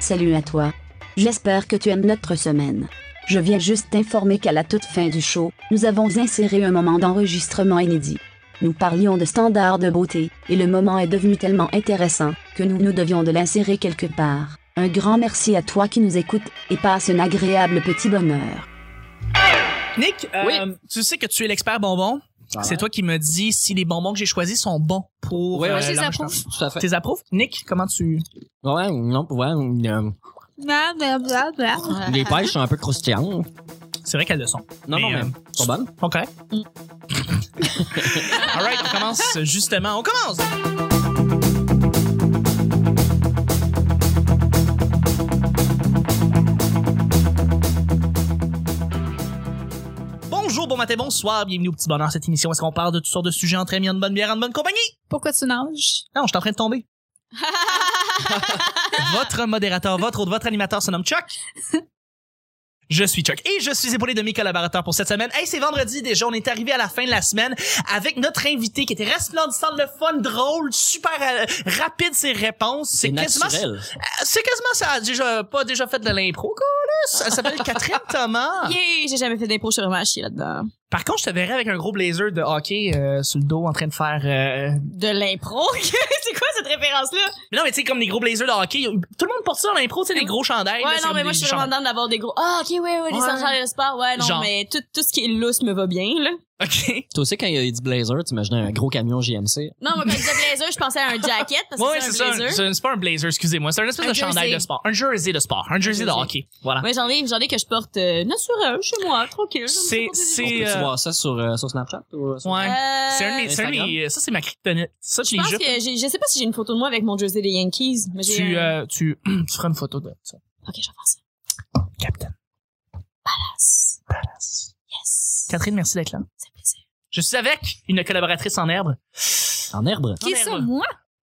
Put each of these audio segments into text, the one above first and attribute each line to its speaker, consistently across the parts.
Speaker 1: Salut à toi. J'espère que tu aimes notre semaine. Je viens juste t'informer qu'à la toute fin du show, nous avons inséré un moment d'enregistrement inédit. Nous parlions de standards de beauté, et le moment est devenu tellement intéressant, que nous nous devions de l'insérer quelque part. Un grand merci à toi qui nous écoutes, et passe un agréable petit bonheur.
Speaker 2: Nick, euh, tu sais que tu es l'expert bonbon.
Speaker 3: Ah
Speaker 2: C'est toi qui me dis si les bonbons que j'ai choisis sont bons pour.
Speaker 3: Ouais, ouais,
Speaker 2: euh,
Speaker 3: je les
Speaker 2: l'enregistrement.
Speaker 3: approuve. Tout à fait.
Speaker 2: T'es approuves? Nick, comment tu.
Speaker 3: Ouais, non, ouais, euh, les pêches sont un peu croustillantes.
Speaker 2: C'est vrai qu'elles le sont.
Speaker 3: Non, non,
Speaker 2: Mais,
Speaker 3: mais
Speaker 2: euh,
Speaker 3: elles sont bonnes.
Speaker 2: OK. Alright, on commence justement. On commence! Bonjour, bon matin, bonsoir, bienvenue au petit bonheur cette émission. où Est-ce qu'on parle de toutes sortes de sujets entre amis, en bonne bière, en bonne compagnie?
Speaker 4: Pourquoi tu nages?
Speaker 2: Non, je suis en train de tomber. votre modérateur, votre hôte, votre animateur se nomme Chuck. Je suis Chuck et je suis épaulé de mes collaborateurs pour cette semaine. Hey, c'est vendredi déjà, on est arrivé à la fin de la semaine avec notre invité qui était resplendissant, le fun, drôle, super euh, rapide ses réponses.
Speaker 3: C'est
Speaker 2: C'est quasiment,
Speaker 3: naturel.
Speaker 2: c'est quasiment ça. a Déjà pas déjà fait de l'impro quoi là. Elle s'appelle Catherine Thomas.
Speaker 4: Yeah, j'ai jamais fait d'impôt, je suis vraiment à chier là-dedans.
Speaker 2: Par contre, je te verrais avec un gros blazer de hockey euh, sur le dos en train de faire euh,
Speaker 4: De l'impro? c'est quoi cette référence-là?
Speaker 2: Mais non, mais tu sais, comme les gros blazers de hockey, tout le monde porte ça dans l'impro, tu sais, les gros chandails. là,
Speaker 4: Ouais,
Speaker 2: c'est
Speaker 4: non,
Speaker 2: comme
Speaker 4: mais moi,
Speaker 2: des
Speaker 4: je suis vraiment
Speaker 2: chandails.
Speaker 4: dedans d'avoir des gros. Ah, ok, ouais, ouais, les
Speaker 2: Ouais.
Speaker 4: centrales de sport. Ouais, non,
Speaker 2: Genre.
Speaker 4: mais tout, tout ce qui est lousse me va bien, là.
Speaker 2: OK.
Speaker 3: Toi aussi, quand il a dit blazer, t'imaginais un gros camion GMC.
Speaker 4: Non, moi, quand je disais blazer, je pensais à un jacket, parce que
Speaker 2: Ouais,
Speaker 4: c'est
Speaker 2: c'est
Speaker 4: un
Speaker 2: ça.
Speaker 4: blazer.
Speaker 2: C'est c'est pas un blazer, excusez-moi. C'est un espèce
Speaker 4: Un
Speaker 2: de chandail
Speaker 4: jersey.
Speaker 2: de sport. Un jersey de sport. Un jersey de
Speaker 4: jersey.
Speaker 2: hockey. Voilà.
Speaker 4: Ouais, j'en ai, j'en ai que je porte euh, naturel chez moi, tranquille.
Speaker 2: C'est, c'est,
Speaker 3: On peut-tu
Speaker 2: euh,
Speaker 3: voir ça sur, euh, sur Snapchat? Ou, sur-
Speaker 2: ouais. C'est un de mes, c'est un de
Speaker 3: Instagram.
Speaker 2: mes- ça, c'est ma kryptonite. Ça, je
Speaker 4: Euh, Je
Speaker 2: l'ai
Speaker 4: pense
Speaker 2: juste.
Speaker 4: que j'ai- je sais pas si j'ai une photo de moi avec mon jersey des Yankees, mais j'ai.
Speaker 2: Tu,
Speaker 4: un-
Speaker 2: euh, tu, tu feras une photo de ça.
Speaker 4: Ok, je vais faire ça.
Speaker 2: Captain
Speaker 4: Yes.
Speaker 2: Palace.
Speaker 4: Yes.
Speaker 2: Catherine, merci d'être là.
Speaker 4: Ça fait plaisir.
Speaker 2: Je suis avec une collaboratrice en herbe.
Speaker 3: En herbe.
Speaker 2: Qui est ça,
Speaker 4: moi?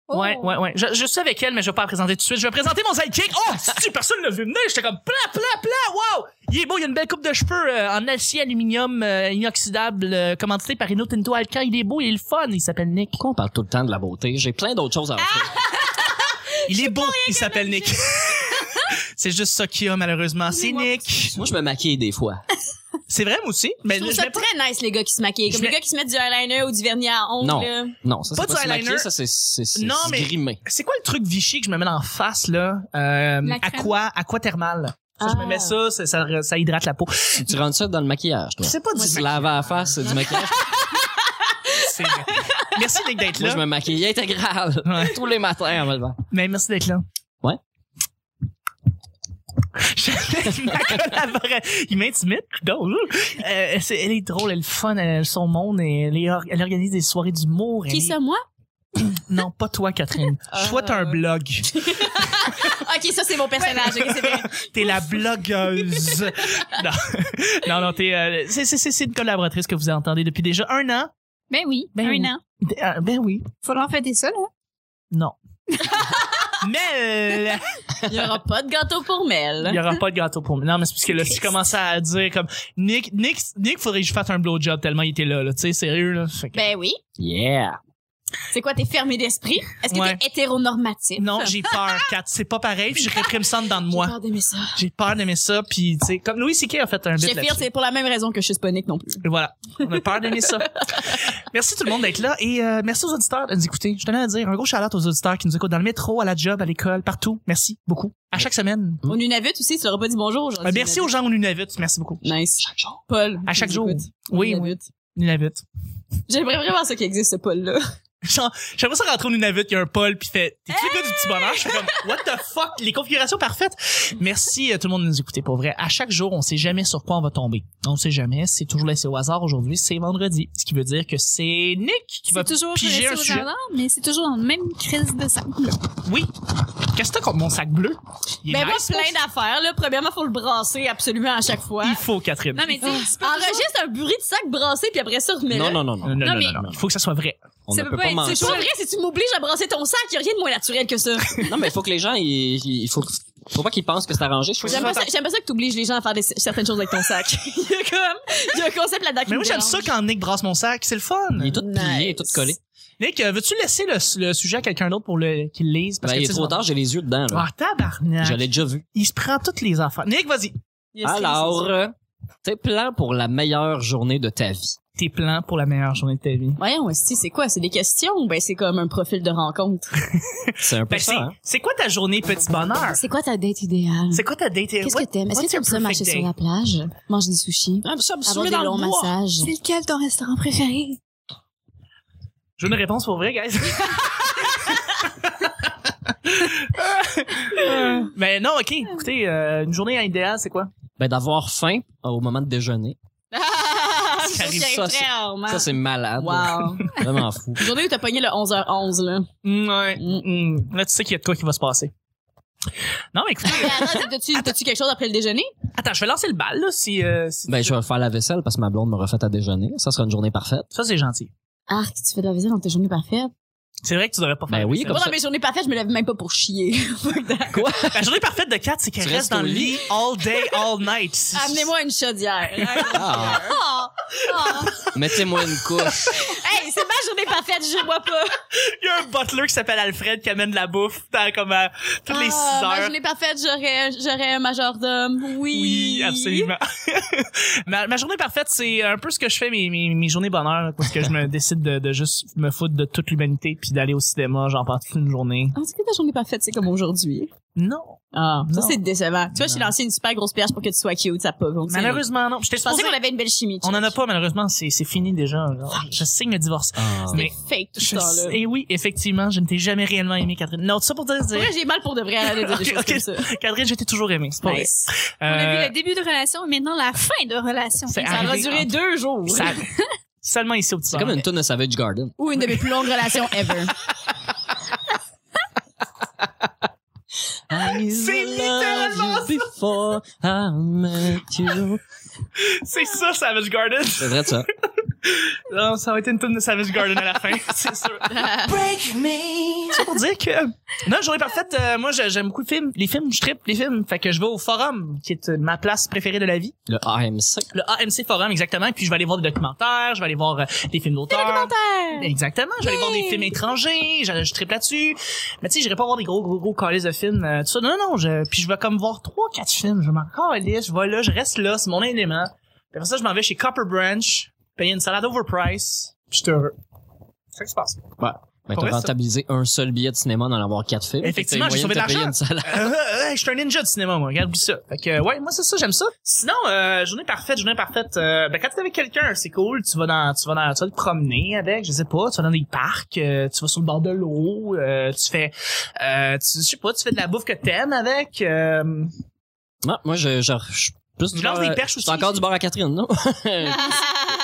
Speaker 2: Ouais,
Speaker 4: Oh.
Speaker 2: ouais, ouais. Je, je suis avec elle, mais je vais pas la présenter tout de suite. Je vais présenter mon sidekick. Oh, si personne ne l'a vu venir, j'étais comme plat, plat, plat. Wow! Il est beau, il a une belle coupe de cheveux euh, en acier aluminium euh, inoxydable, euh, commandité par Ino Tinto Alcan. Il est beau, il est le fun. Il s'appelle Nick.
Speaker 3: Pourquoi on parle tout le temps de la beauté? J'ai plein d'autres choses à
Speaker 5: Ah!
Speaker 3: offrir.
Speaker 2: Il est beau, il s'appelle Nick. C'est juste ça qu'il y a, malheureusement. C'est
Speaker 4: Excusez-moi.
Speaker 2: Nick.
Speaker 3: Moi, je me maquille des fois.
Speaker 2: C'est vrai, moi aussi. Mais
Speaker 4: Je trouve
Speaker 2: je
Speaker 4: ça
Speaker 2: mets pas-
Speaker 4: très nice, les gars qui se maquillent.
Speaker 2: Je
Speaker 4: Comme
Speaker 2: mets-
Speaker 4: les gars qui se mettent du eyeliner ou du vernis à ongles.
Speaker 3: Non.
Speaker 4: là.
Speaker 3: Non, ça,
Speaker 2: Pas
Speaker 3: c'est
Speaker 2: du
Speaker 3: pas se
Speaker 2: eyeliner.
Speaker 3: maquiller, ça, c'est, c'est, c'est
Speaker 2: Non, mais-
Speaker 3: grimer.
Speaker 2: C'est quoi le truc Vichy que je me mets en face, là? Euh,
Speaker 4: La crème.
Speaker 2: aqua, aqua thermale. Ça, Je me
Speaker 4: Ah.
Speaker 2: mets ça, ça, ça, ça hydrate la peau.
Speaker 3: Tu, tu rentres ça dans le maquillage, toi.
Speaker 2: C'est pas
Speaker 3: Tu
Speaker 2: du
Speaker 3: te laves à la face, c'est du maquillage.
Speaker 2: C'est- Merci Nick d'être
Speaker 3: Moi,
Speaker 2: là.
Speaker 3: je me maquille intégral.
Speaker 2: Ouais.
Speaker 3: Tous les matins, en me levant.
Speaker 2: Mais Ben, merci d'être là.
Speaker 3: Ouais.
Speaker 2: J'avais ma collaboratrice. Il m'intimide. coudonc, là. Euh, c'est- elle est drôle, elle est fun, elle, son monde, et elle, est or- elle organise des soirées d'humour. elle
Speaker 4: Qui
Speaker 2: est-
Speaker 4: ça, Ah. moi?
Speaker 2: Non, pas toi, Catherine. Toi, t'as un blog.
Speaker 4: ok, ça, c'est mon personnage. ok, c'est bien.
Speaker 2: T'es la blogueuse. non, non, non, t'es. euh, c'est- c'est- c'est c'est une collaboratrice que vous entendez depuis déjà un an.
Speaker 5: Ben oui,
Speaker 2: Ben
Speaker 5: un
Speaker 2: oui.
Speaker 5: an.
Speaker 2: Euh, ben oui.
Speaker 5: Faut leur fêter ça, là.
Speaker 2: Non. Mais euh,
Speaker 4: Il y aura pas de gâteau pour
Speaker 2: Il
Speaker 4: Mel.
Speaker 2: y aura pas de gâteau pour moi. Non, mais c'est parce que là, si je commençais à dire comme Nick, Nick, Nick, faudrait que je fasse un blowjob tellement il était là, là. Tu sais, sérieux, là. Fait que-
Speaker 4: Ben oui.
Speaker 3: Yeah!
Speaker 4: C'est quoi, t'es fermé d'esprit? Est-ce que
Speaker 2: Ouais.
Speaker 4: t'es hétéronormatif?
Speaker 2: Non, j'ai peur, Kat. C'est pas pareil, puis je réprime ça en dedans de
Speaker 4: J'ai
Speaker 2: moi.
Speaker 4: peur d'aimer ça.
Speaker 2: J'ai peur d'aimer ça, puis tu sais, comme Louis C.K. a fait un bit
Speaker 4: J'ai peur,
Speaker 2: là-dessus.
Speaker 4: c'est pour la même raison que je suis hispanique non plus.
Speaker 2: Et Voilà. On a peur d'aimer ça. merci tout le monde d'être là, et euh, merci aux auditeurs de nous écouter. Je tenais à dire un gros shout-out aux auditeurs qui nous écoutent dans le métro, à la job, à l'école, partout. Merci beaucoup. À chaque semaine.
Speaker 4: Au Nunavut aussi, tu leur as pas dit bonjour aujourd'hui.
Speaker 2: Euh, merci aux gens au Nunavut. Merci beaucoup.
Speaker 4: Nice. Chaque jour. Paul.
Speaker 2: À chaque
Speaker 4: nous
Speaker 2: jour.
Speaker 4: écoute.
Speaker 2: Oui, oui.
Speaker 4: Nunavut.
Speaker 2: Nunavut.
Speaker 4: J'aimerais vraiment ça qu'il existe, ce Paul-là.
Speaker 2: Genre, J'aimerais ça rentrer au Nunavut, il y a un Paul, puis fait « T'es-tu le gars du petit bonheur? » Je fais comme « What the fuck? » Les configurations parfaites. Merci euh, tout le monde de nous écouter, pour vrai. À chaque jour, on sait jamais sur quoi on va tomber. On sait jamais. C'est toujours laissé au hasard. Aujourd'hui, c'est vendredi. Ce qui veut dire que c'est Nick qui va...
Speaker 5: C'est toujours
Speaker 2: piger un
Speaker 5: laissé
Speaker 2: sujet.
Speaker 5: aux hasards, mais c'est toujours dans le même crise de sang.
Speaker 2: Oui. Qu'est-ce que t'as contre mon sac bleu? Il est
Speaker 4: Ben, moi,
Speaker 2: nice,
Speaker 4: plein
Speaker 2: mon-
Speaker 4: d'affaires, là. Premièrement, faut le brasser absolument à chaque fois.
Speaker 2: Il faut, Catherine.
Speaker 5: Non, mais tu sais, c'est pas toujours-
Speaker 4: Enregistre un bruit de sac brassé, puis après ça, remets-le.
Speaker 3: Non, non, non,
Speaker 2: Euh, Non,
Speaker 3: non.
Speaker 2: non,
Speaker 5: Non,
Speaker 2: non,
Speaker 5: mais-
Speaker 2: non, Il faut que ça soit vrai.
Speaker 3: On
Speaker 5: Ça
Speaker 3: ne
Speaker 5: peut
Speaker 3: peut
Speaker 5: pas
Speaker 3: pas
Speaker 5: être-
Speaker 3: mentir.
Speaker 4: C'est pas vrai, si tu m'obliges à brasser ton sac, y a rien de moins naturel que ça.
Speaker 3: Non, mais il faut que les gens, ils- ils- il faut, faut pas qu'ils pensent que c'est arrangé. Je trouve
Speaker 4: J'aime
Speaker 3: ça-
Speaker 4: pas, ça- j'aime pas ça que t'obliges les gens à faire des- certaines choses avec ton sac. il y a comme, il y a un concept là-dedans qui
Speaker 2: Mais
Speaker 4: me
Speaker 2: moi, j'aime ça
Speaker 4: dérange.
Speaker 2: quand Nick brasse mon sac. C'est le fun.
Speaker 3: Il est tout plié,
Speaker 4: Nice.
Speaker 3: tout collé.
Speaker 2: Nick, euh, veux-tu laisser le, le sujet à quelqu'un d'autre pour le, qu'il lise?
Speaker 3: Ben, il
Speaker 2: tu
Speaker 3: est
Speaker 2: sais,
Speaker 3: trop
Speaker 2: c'est-
Speaker 3: tard, j'ai les yeux dedans, là.
Speaker 2: Ah, tabarnak.
Speaker 3: Je l'ai déjà vu.
Speaker 2: Il se prend toutes les affaires. Nick, vas-y.
Speaker 4: Yes,
Speaker 3: Alors,
Speaker 4: yes,
Speaker 3: euh,
Speaker 4: yes.
Speaker 3: tes plans pour la meilleure journée de ta vie.
Speaker 2: Tes plans pour la meilleure journée de ta vie.
Speaker 4: Voyons, aussi, c'est quoi? C'est des questions? ou Ben, c'est comme un profil de rencontre.
Speaker 3: C'est un peu
Speaker 2: Ben, c'est,
Speaker 3: ça, hein?
Speaker 2: c'est quoi ta journée petit bonheur?
Speaker 6: C'est quoi ta date idéale?
Speaker 2: C'est quoi ta date? euh,
Speaker 6: Qu'est-ce
Speaker 2: what-
Speaker 6: que t'aimes? Est-ce que
Speaker 2: what's
Speaker 6: t'aimes
Speaker 2: your
Speaker 6: ça marcher
Speaker 2: perfect
Speaker 6: sur
Speaker 2: day?
Speaker 6: la plage, manger des sushis,
Speaker 2: Ah, ça me
Speaker 6: avoir
Speaker 2: saouler
Speaker 6: des
Speaker 2: dans le
Speaker 6: longs
Speaker 2: bois.
Speaker 6: massages?
Speaker 5: C'est lequel ton restaurant préféré?
Speaker 2: Je veux une réponse pour vrai, guys. Euh, Mais non, ok. Écoutez, euh, une journée idéale, c'est quoi?
Speaker 3: Ben, d'avoir faim au moment de déjeuner.
Speaker 4: ça
Speaker 3: arrive, ça, c'est- Ça, c'est malade.
Speaker 4: Wow.
Speaker 3: Vraiment fou.
Speaker 4: Une journée où t'as pogné le 11h11, là.
Speaker 2: Mm, Ouais. Là, tu sais qu'il y a de quoi qui va se passer. Non, mais écoutez,
Speaker 4: Mais attends, t'as-tu, t'as-tu quelque chose après le déjeuner?
Speaker 2: attends, je vais lancer le bal, là, si, euh, si-
Speaker 3: Ben, je vais faire la vaisselle parce que ma blonde me refait à déjeuner. Ça sera une journée parfaite.
Speaker 2: Ça, c'est gentil.
Speaker 6: Arc, tu fais de la visite dans tes journées parfaites.
Speaker 2: C'est vrai que tu devrais pas faire
Speaker 3: Ben
Speaker 2: la
Speaker 3: oui,
Speaker 2: vaisselle.
Speaker 3: Comme
Speaker 4: Moi,
Speaker 3: ça-
Speaker 4: dans mes journées parfaites, je me lève même pas pour chier.
Speaker 2: La journée parfaite de Kat, c'est qu'elle
Speaker 3: Tu
Speaker 2: reste
Speaker 3: restes
Speaker 2: dans
Speaker 3: au
Speaker 2: le
Speaker 3: lit.
Speaker 2: lit all day, all night.
Speaker 4: Amenez-moi une chaudière. Oh,
Speaker 3: Ah. Mettez-moi une couche.
Speaker 4: hey, c'est ma journée parfaite, je bois pas.
Speaker 2: Il y a un butler qui s'appelle Alfred qui amène la bouffe dans, comme à, toutes les 6
Speaker 4: Ah, Ma
Speaker 2: heures.
Speaker 4: journée parfaite, j'aurais, j'aurais un majordome. Oui.
Speaker 2: Oui, absolument. ma, ma journée parfaite, c'est un peu ce que je fais mes, mes, mes journées bonheur, parce que je me décide de, de juste me foutre de toute l'humanité puis d'aller au cinéma, j'en passe toute une journée.
Speaker 4: Ah, Est-ce que ta journée parfaite, c'est comme aujourd'hui?
Speaker 2: Non,
Speaker 4: Ah, ça
Speaker 2: Non.
Speaker 4: c'est décevant. Tu vois, j'ai lancé une super grosse pierre pour que tu sois cute, ça peut.
Speaker 2: malheureusement non. J'étais
Speaker 4: Je pensais
Speaker 2: supposé
Speaker 4: qu'on avait une belle chimie.
Speaker 2: on en a pas malheureusement, c'est c'est fini déjà. genre. Je signe le divorce.
Speaker 3: Ah.
Speaker 4: C'est
Speaker 2: Mais-
Speaker 4: fake tout
Speaker 2: Je-
Speaker 4: ce temps-là.
Speaker 2: Et oui, effectivement, je ne t'ai jamais réellement aimé, Catherine. Non, tout ça pour te
Speaker 4: Pour
Speaker 2: dire,
Speaker 4: vrai, j'ai mal pour de vrai à la dire des
Speaker 2: Ok,
Speaker 4: choses
Speaker 2: ok.
Speaker 4: comme ça.
Speaker 2: Catherine, je t'ai toujours aimé. C'est pas vrai.
Speaker 4: Nice.
Speaker 5: On a vu
Speaker 2: Euh,
Speaker 5: le début de relation et maintenant la fin de relation.
Speaker 2: C'est
Speaker 4: Ça va
Speaker 2: arrivé
Speaker 4: durer
Speaker 2: entre-
Speaker 4: deux jours.
Speaker 2: ça- seulement ici au petit.
Speaker 3: C'est comme une toune de Savage Garden.
Speaker 4: Ou une de mes plus longues relations ever.
Speaker 2: C'est littéralement
Speaker 3: Before I met you.
Speaker 2: C'est ça, Savage Garden.
Speaker 3: C'est vrai de ça.
Speaker 2: Non, ça va être une tune de Savage Garden à la fin, c'est sûr. C'est pour dire que non, j'aurais parfaite. euh, moi, j'ai- j'aime beaucoup les films. Les films, je tripe les films. Fait que je vais au forum, qui est euh, ma place préférée de la vie.
Speaker 3: Le AMC.
Speaker 2: Le AMC Forum, exactement. Puis je vais aller voir des documentaires, je vais aller voir euh, des films d'auteur. Des documentaires. Exactement. Je vais aller voir des films étrangers. Je, je tripe là-dessus. Mais tu sais, j'irai pas voir des gros gros gros calices de films. euh, tout ça. Non, non. Je, puis je vais comme voir trois quatre films. Je m'en calisse. Je vais là, je reste là. C'est mon élément. Puis après ça, je m'en vais chez Copper Branch, payer une salade overpriced. Puis je suis heureux. C'est ça qui se passe.
Speaker 3: Ben,
Speaker 2: Pour
Speaker 3: t'as
Speaker 2: vrai, ça-
Speaker 3: rentabilisé un seul billet de cinéma d'en avoir quatre films.
Speaker 2: Effectivement,
Speaker 3: Fait que t'as
Speaker 2: j'ai sauvé
Speaker 3: moyen
Speaker 2: de
Speaker 3: te payer une salade.
Speaker 2: Euh, euh, je suis un ninja du cinéma, moi. Regarde, oublie ça. Fait que, euh, ouais, moi, c'est ça, j'aime ça. Sinon, euh, journée parfaite, journée parfaite. euh, ben, quand t'es avec quelqu'un, c'est cool. Tu vas dans, tu vas dans, tu vas te promener avec, je sais pas, tu vas dans des parcs, euh, tu vas sur le bord de l'eau, euh, tu fais, euh, tu, je sais pas, tu fais de la bouffe que t'aimes avec, euh,
Speaker 3: Non, moi, je, je, je suis plus
Speaker 2: Je
Speaker 3: du
Speaker 2: lance
Speaker 3: bord,
Speaker 2: des
Speaker 3: euh,
Speaker 2: perches
Speaker 3: je suis
Speaker 2: aussi.
Speaker 3: encore du bord à Catherine, non? La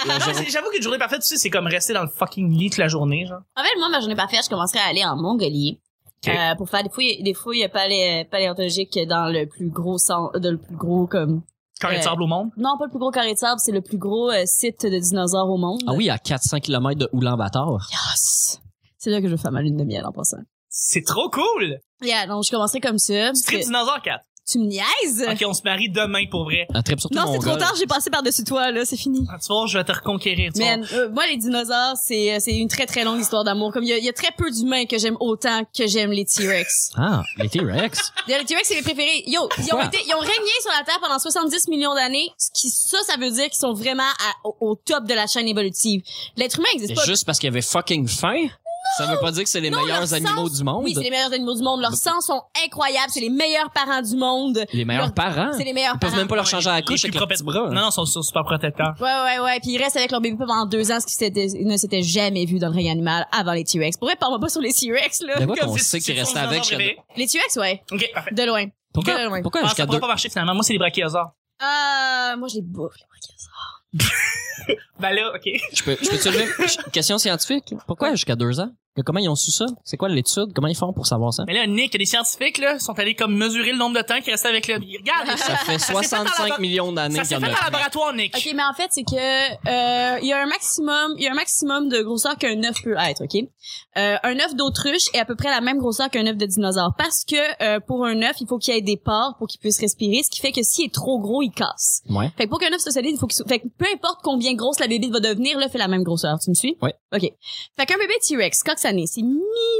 Speaker 2: non,
Speaker 3: journée-
Speaker 2: c'est- j'avoue qu'une journée parfaite, tu sais, c'est comme rester dans le fucking lit toute la journée, genre.
Speaker 4: En fait, moi, ma journée parfaite, je commencerais à aller en Mongolie.
Speaker 2: Ok.
Speaker 4: euh, pour faire des fouilles, des fouilles palé- paléontologiques dans le plus gros sens, de le plus gros comme
Speaker 2: Quand il
Speaker 4: Euh,
Speaker 2: sable au monde.
Speaker 4: non pas le plus gros carré de sable, c'est le plus gros euh, site de dinosaures au monde.
Speaker 3: ah oui, à 400 km de Oulan-Bator.
Speaker 4: Yes. C'est là que je vais faire ma lune de miel en passant.
Speaker 2: C'est trop cool!
Speaker 4: Yeah, donc je commencerai comme ça. parce
Speaker 2: Strip
Speaker 4: que-
Speaker 2: dinosaure 4.
Speaker 4: Tu me niaises?
Speaker 2: Ok, on se marie demain pour vrai.
Speaker 3: Un trip surtout
Speaker 4: Non, c'est trop
Speaker 3: mongol.
Speaker 4: tard, j'ai passé par-dessus toi, là, c'est fini.
Speaker 2: Ah, Tu vois, je vais te reconquérir, tu vois.
Speaker 4: Man, euh, moi, les dinosaures, c'est euh, c'est une très très longue histoire d'amour. Comme il y, a- il y a très peu d'humains que j'aime autant que j'aime les T-Rex.
Speaker 3: Ah, les T-Rex.
Speaker 4: les T-Rex, c'est mes préférés. Yo, ils ont,
Speaker 3: Pourquoi?
Speaker 4: été, ils ont régné sur la Terre pendant 70 millions d'années. Ce qui, ça, ça veut dire qu'ils sont vraiment à- au, au top de la chaîne évolutive. L'être humain
Speaker 3: Mais
Speaker 4: n'existe pas.
Speaker 3: juste parce qu'il y avait fucking faim, ça veut pas dire que c'est les
Speaker 4: Non,
Speaker 3: meilleurs
Speaker 4: leur
Speaker 3: animaux du monde.
Speaker 4: Oui, c'est les meilleurs animaux du monde. Leurs sangs sont incroyables. C'est les meilleurs parents du monde.
Speaker 3: les meilleurs
Speaker 4: leur-
Speaker 3: parents. Ah.
Speaker 4: C'est
Speaker 3: Ils
Speaker 4: les meilleurs
Speaker 3: peuvent
Speaker 4: parents.
Speaker 3: même pas leur changer à la
Speaker 2: Les
Speaker 3: couche
Speaker 2: plus
Speaker 3: avec leurs
Speaker 2: propres-
Speaker 3: petits bras. hein.
Speaker 2: Non, non, ils sont, ils sont super protecteurs.
Speaker 4: Ouais, ouais, ouais. Puis ils restent avec leur bébé pendant deux ans, ce qui s'était- ne s'était jamais vu dans le règne animal avant les T-Rex. Pour vrai, parle-moi pas sur les T-Rex, là.
Speaker 3: Mais ouais,
Speaker 2: Comme
Speaker 3: qu'on
Speaker 2: si-
Speaker 3: sait
Speaker 2: si
Speaker 3: qu'ils
Speaker 2: tu
Speaker 3: restent
Speaker 2: fonces dans
Speaker 3: avec.
Speaker 2: un
Speaker 3: chez-
Speaker 2: réveil.
Speaker 4: Les T-Rex, ouais.
Speaker 2: Ok, parfait.
Speaker 4: De loin. De
Speaker 3: Pourquoi,
Speaker 4: loin.
Speaker 3: pourquoi
Speaker 2: Ah, ça
Speaker 3: jusqu'à
Speaker 2: pourrait
Speaker 3: deux?
Speaker 2: pas marcher finalement. Moi, c'est les brachiosaures.
Speaker 4: Euh, moi, je les bouffe, les brachiosaures.
Speaker 2: Ben là, ok.
Speaker 3: Je peux, je peux te lever- Question scientifique. là. Pourquoi jusqu'à deux ans? Que Comment ils ont su ça? C'est quoi l'étude? Comment ils font pour savoir ça?
Speaker 2: Mais là, Nick, les scientifiques, là, sont allés comme mesurer le nombre de temps qui restait avec le. Regarde,
Speaker 3: Ah, Ça fait
Speaker 2: fait en
Speaker 3: 65 millions d'années
Speaker 2: ça
Speaker 3: qu'il y
Speaker 2: s'est
Speaker 3: en
Speaker 2: fait en
Speaker 3: a.
Speaker 2: laboratoire, Nick.
Speaker 4: OK, mais en fait, c'est que euh, il y a un maximum, il y a un maximum de grosseur qu'un œuf peut être, OK? Euh, un œuf d'autruche est à peu près la même grosseur qu'un œuf de dinosaure parce que euh, pour un œuf, il faut qu'il y ait des pores pour qu'il puisse respirer, ce qui fait que s'il est trop gros, il casse.
Speaker 3: Ouais.
Speaker 4: Fait que pour qu'un œuf soit solide, il faut qu'il soit... Fait que peu importe combien grosse la bébé va devenir, l'œuf fait la même grosseur, tu me suis?
Speaker 3: Ouais.
Speaker 4: OK. Fait qu'un bébé T-Rex, quand ça naît, c'est